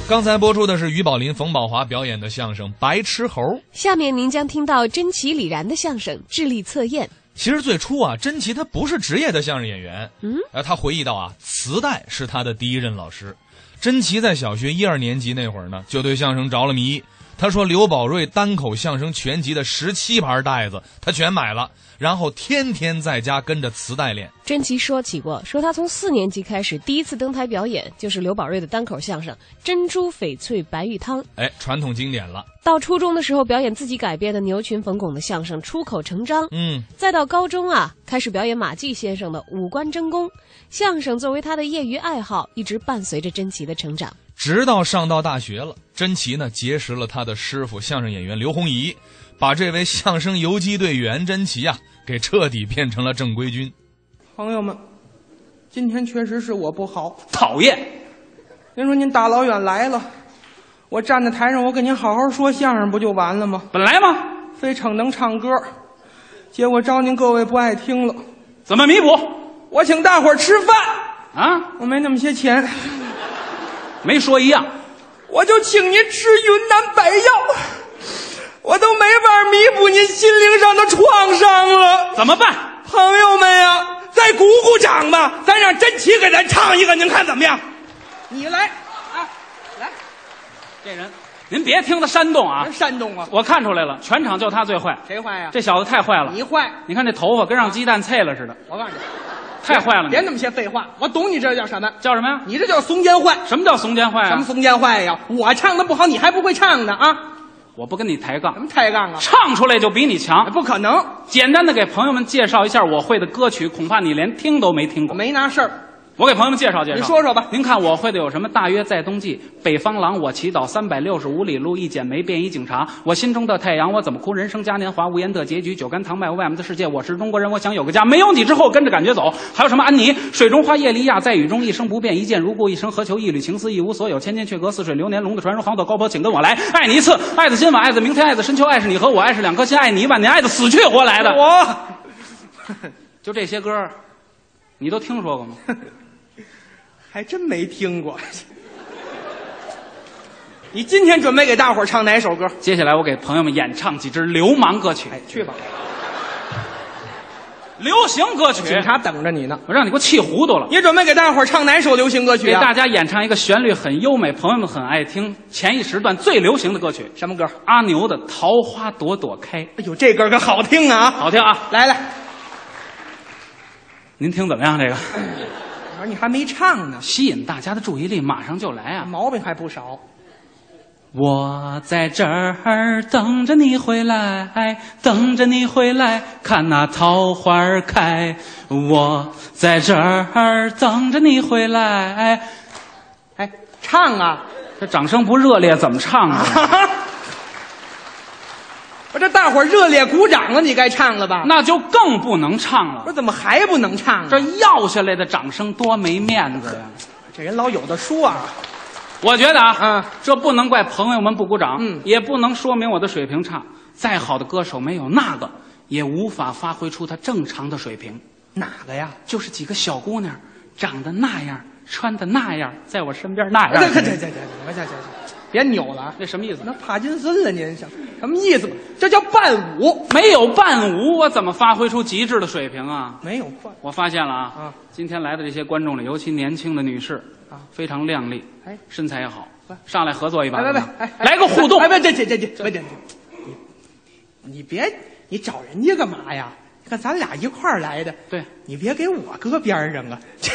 Speaker 5: 刚才播出的是于宝林、冯宝华表演的相声《白痴猴》。
Speaker 4: 下面您将听到甄奇、李然的相声《智力测验》。
Speaker 5: 其实最初啊，甄奇他不是职业的相声演员，嗯，呃，他回忆到啊，磁带是他的第一任老师。甄奇在小学一二年级那会儿呢，就对相声着了迷。他说刘宝瑞单口相声全集的十七盘带子，他全买了，然后天天在家跟着磁带练。
Speaker 4: 甄奇说起过，说他从四年级开始第一次登台表演就是刘宝瑞的单口相声《珍珠翡翠白玉汤》，
Speaker 5: 哎，传统经典了，
Speaker 4: 到初中的时候表演自己改编的牛群冯巩的相声《出口成章》，
Speaker 5: 嗯，
Speaker 4: 再到高中啊，开始表演马季先生的《五官争功》，相声作为他的业余爱好，一直伴随着甄奇的成长。
Speaker 5: 直到上到大学了，甄奇呢结识了他的师傅相声演员刘洪怡，把这位相声游击队员甄奇啊给彻底变成了正规军。
Speaker 8: 朋友们，今天确实是我不好，
Speaker 5: 讨厌，
Speaker 8: 您说您大老远来了，我站在台上，我给您好好说相声不就完了吗？本来嘛，非逞能唱歌，结果招您各位不爱听了，怎么弥补？我请大伙儿吃饭啊，我没那么些钱，没说一样，我就请您吃云南白药，我都没法弥补您心灵上的创伤了，怎么办？朋友们呀、再鼓鼓掌吧，咱让真奇给咱唱一个，您看怎么样？你来啊，来，
Speaker 9: 这人，您别听他煽动啊！
Speaker 8: 煽动啊！
Speaker 9: 我看出来了，全场就他最坏。
Speaker 8: 谁坏呀、
Speaker 9: 这小子太坏了！
Speaker 8: 你坏！
Speaker 9: 你看这头发跟让鸡蛋碎了似的，
Speaker 8: 我告诉你，
Speaker 9: 太坏了你
Speaker 8: 别那么些废话，我懂你这叫什么？叫什么呀？你这叫怂奸坏！什么叫怂奸坏
Speaker 9: 啊
Speaker 8: 什么怂奸坏呀？我唱的不好，你还不会唱呢啊！
Speaker 9: 我不跟你抬杠。
Speaker 8: 什么抬杠啊？哎
Speaker 9: 唱出来就比你强，
Speaker 8: 不可能。
Speaker 9: 简单的给朋友们介绍一下我会的歌曲，恐怕你连听都没听过。
Speaker 8: 没那事儿，
Speaker 9: 我给朋友们介绍介绍。
Speaker 8: 你说
Speaker 9: 说吧，您看我会的有什么？大约在冬季，北方狼，我祈祷三百六十五里路，一剪梅便衣警察，我心中的太阳，我怎 么哭？人生嘉年华，无言的结局，酒干倘卖无外面的世界，我是中国人，我想有个家。没有你之后，跟着感觉走。还有什么安妮？水中花，叶利亚，在雨中一生不变，一见如故，一生何求？一缕情丝，一无所有，千金却隔，似水流年。龙的传说，黄土高坡，请跟我来，爱你一次，爱的今晚，爱的明天，爱的深秋，爱是你和我，爱是两颗心，爱你一万年，爱的死去活来的。
Speaker 8: 我，
Speaker 9: 就这些歌儿，你都听说过吗？
Speaker 8: 还真没听过。你今天准备给大伙儿唱哪首歌？哎
Speaker 9: 接下来我给朋友们演唱几支流氓歌曲，
Speaker 8: 去吧，
Speaker 9: 流行歌曲。
Speaker 8: 警察等着你呢，
Speaker 9: 我让你给我气糊涂了。
Speaker 8: 你准备给大伙儿唱哪首流行歌曲
Speaker 9: 给
Speaker 8: 啊？
Speaker 9: 大家演唱一个旋律很优美，朋友们很爱听，前一时段最流行的歌曲。
Speaker 8: 什么歌？
Speaker 9: 阿牛的《桃花朵朵开》。
Speaker 8: 哎呦，这歌可好听啊！
Speaker 9: 好听啊！
Speaker 8: 来来，
Speaker 9: 您听怎么样？这个
Speaker 8: 我说你还没唱呢，
Speaker 9: 吸引大家的注意力马上就来啊！
Speaker 8: 毛病还不少。
Speaker 9: 我在这儿等着你回来，等着你回来，看那桃花儿开。我在这儿等着你回来。
Speaker 8: 哎，唱啊！
Speaker 9: 这掌声不热烈怎么唱 啊？
Speaker 8: 我这大伙儿热烈鼓掌啊了，你该唱了吧？
Speaker 9: 那就更不能唱了。
Speaker 8: 我怎么还不能唱啊？
Speaker 9: 这要下来的掌声多没面子呀！
Speaker 8: 这人老有的说啊，
Speaker 9: 我觉得啊，这不能怪朋友们不鼓掌，嗯，也不能说明我的水平差。再好的歌手没有那个，也无法发挥出他正常的水平。
Speaker 8: 哪个呀？
Speaker 9: 就是几个小姑娘长得那样，穿的那样，在我身边那样。
Speaker 8: 这这 这这这，我这这这，别扭了啊，
Speaker 9: 这什么意思？
Speaker 8: 那帕金森了您想什么意思？这叫伴舞，
Speaker 9: 没有伴舞，我怎么发挥出极致的水平啊？
Speaker 8: 没有伴。
Speaker 9: 我发现了啊，今天来的这些观众里，尤其年轻的女士啊，非常靓丽，
Speaker 8: 哎，
Speaker 9: 身材也好，上来合作一把，
Speaker 8: 哎别别
Speaker 9: 怎么样
Speaker 8: 哎，
Speaker 9: 来个互动，
Speaker 8: 哎别这这这这别这，你你别你找人家干嘛呀？你看咱俩一块儿来的，
Speaker 9: 哎对
Speaker 8: 你别给我搁边上啊！这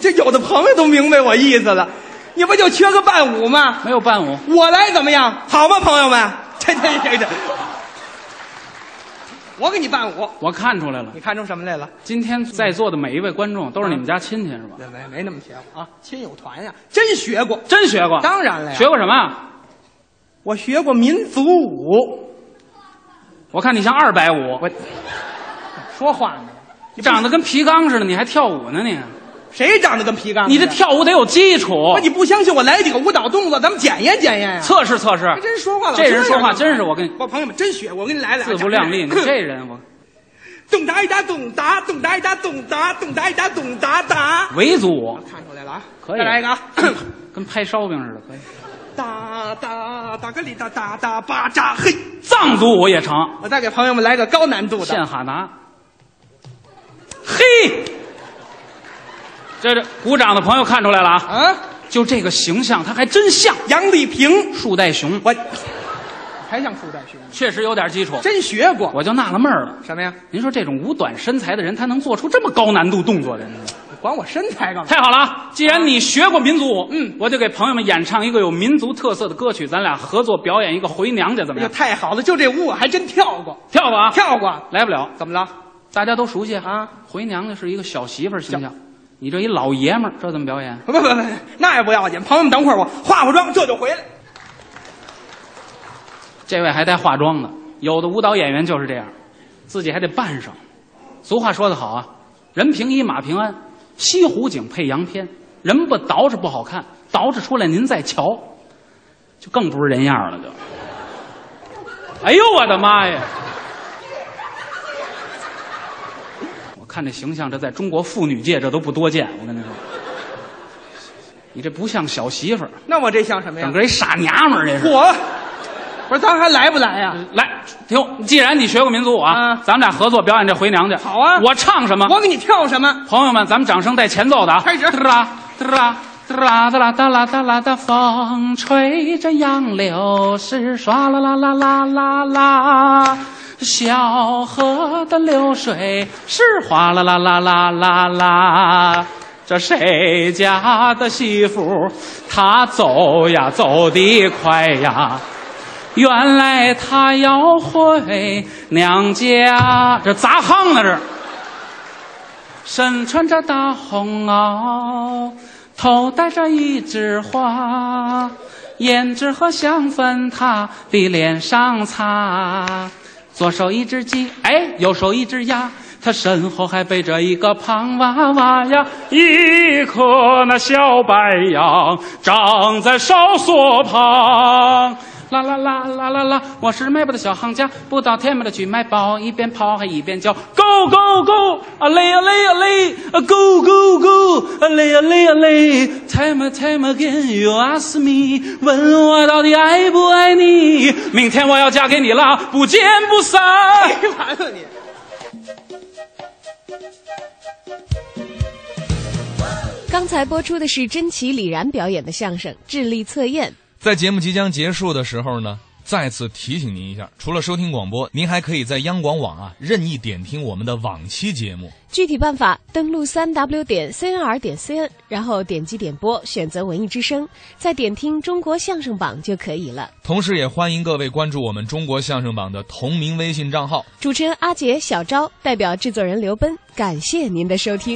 Speaker 8: 这这有的朋友都明白我意思了，你不就缺个伴舞吗？
Speaker 9: 没有伴舞，
Speaker 8: 我来怎么样？好吗，朋友们？这这这这，我给你伴舞，
Speaker 9: 我看出来了
Speaker 8: 你。看出什么来了？
Speaker 9: 今天在座的每一位观众都是你们家亲戚是吧？
Speaker 8: 没没那么学过啊，亲友团呀、真学过，
Speaker 9: 真学过？
Speaker 8: 当然了呀
Speaker 9: 学过什么呀？
Speaker 8: 我学过民族舞。
Speaker 9: 我看你像二百五，
Speaker 8: 说话呢，
Speaker 9: 长得跟皮缸似的，你还跳舞呢你？
Speaker 8: 谁长得跟皮缸似的？
Speaker 9: 你这跳舞得有基础
Speaker 8: 不，，你不相信我来几个舞蹈动作，咱们检验检验呀、
Speaker 9: 测试测试。
Speaker 8: 真说话老
Speaker 9: 这人说话
Speaker 8: 这样
Speaker 9: 真是我跟你
Speaker 8: 我朋友们真学，我给你来俩
Speaker 9: 自不量力，你这人我
Speaker 8: 咚哒一哒咚哒咚哒一哒咚哒咚哒一哒咚哒哒，
Speaker 9: 维族舞
Speaker 8: 看出来了啊！
Speaker 9: 可以
Speaker 8: 再来一个啊！
Speaker 9: 跟拍烧饼似的，可以。
Speaker 8: 哒哒哒个里哒哒哒巴扎嘿！
Speaker 9: 藏族舞也成，
Speaker 8: 我再给朋友们来个高难度的，
Speaker 9: 献哈达。嘿，这这鼓掌的朋友看出来了啊！
Speaker 8: 啊，
Speaker 9: 就这个形象，他还真像
Speaker 8: 杨丽萍、
Speaker 9: 树袋熊，
Speaker 8: 我还像树袋熊，
Speaker 9: 确实有点基础，
Speaker 8: 真学过。
Speaker 9: 我就纳了闷儿了。
Speaker 8: 什么呀？
Speaker 9: 您说这种五短身材的人，他能做出这么高难度动作的人？
Speaker 8: 管我身材干嘛？
Speaker 9: 太好了啊！既然你学过民族舞，嗯，我就给朋友们演唱一个有民族特色的歌曲，咱俩合作表演一个《回娘家》，怎么
Speaker 8: 哎呦，
Speaker 9: 样？
Speaker 8: 太好了！就这舞我还真跳过，
Speaker 9: 跳吧啊！
Speaker 8: 跳过。
Speaker 9: 来不了，
Speaker 8: 怎么了？
Speaker 9: 大家都熟悉啊。回娘家是一个小媳妇儿形象，你这一老爷们儿，这怎么表演？
Speaker 8: 不不不，那也不要紧。朋友们，等会儿我化化妆，这就回来。
Speaker 9: 这位还带化妆的，有的舞蹈演员就是这样，自己还得扮上。俗话说得好啊，人平一马平安，西湖景配洋片，人不捯饬不好看，捯饬出来您再瞧，就更不是人样了就。哎呦我的妈呀！我看这形象，这在中国妇女界这都不多见。我跟你说，你这不像小媳妇儿，
Speaker 8: 那我这像什么呀
Speaker 9: 整？个一傻娘们儿，这是。
Speaker 8: 我，不是咱还来不来呀、
Speaker 9: 来，听，既然你学过民族舞啊，
Speaker 8: 啊
Speaker 9: 咱们俩合作表演这《回娘家》。
Speaker 8: 好啊
Speaker 9: 我唱什么？
Speaker 8: 我给你跳什么？
Speaker 9: 朋友们，咱们掌声带前奏的啊！
Speaker 8: 开始
Speaker 9: 哒啦哒啦哒啦哒啦哒啦哒啦哒，风吹着杨柳枝，唰啦啦啦啦啦啦。小河的流水是哗啦啦啦啦啦啦。这谁家的媳妇，她走呀走得快呀。原来她要回娘家，这砸夯呢这。身穿着大红袄，头戴着一枝花，胭脂和香粉她的脸上擦，左手一只鸡，哎，右手一只鸭，她身后还背着一个胖娃娃呀，一颗那小白杨长在哨所旁。啦啦啦啦啦啦！我是卖报的小行家，不到天门的去卖报，一边跑还一边叫，Go Go Go！啊嘞啊嘞啊嘞啊，Go Go Go！啊嘞啊嘞啊嘞，Time and time again you ask me，问我到底爱不爱你？明天我要嫁给你啦，不见不散。
Speaker 8: 黑完了你。
Speaker 4: 刚才播出的是甄奇李然表演的相声《智力测验》。
Speaker 5: 在节目即将结束的时候呢，再次提醒您一下，除了收听广播，您还可以在央广网啊任意点听我们的往期节目。
Speaker 4: 具体办法：登录三 w 点 cnr 点 cn，然后点击点播，选择文艺之声，再点听中国相声榜就可以了。
Speaker 5: 同时，也欢迎各位关注我们中国相声榜的同名微信账号。
Speaker 4: 主持人阿杰、小昭代表制作人刘奔，感谢您的收听。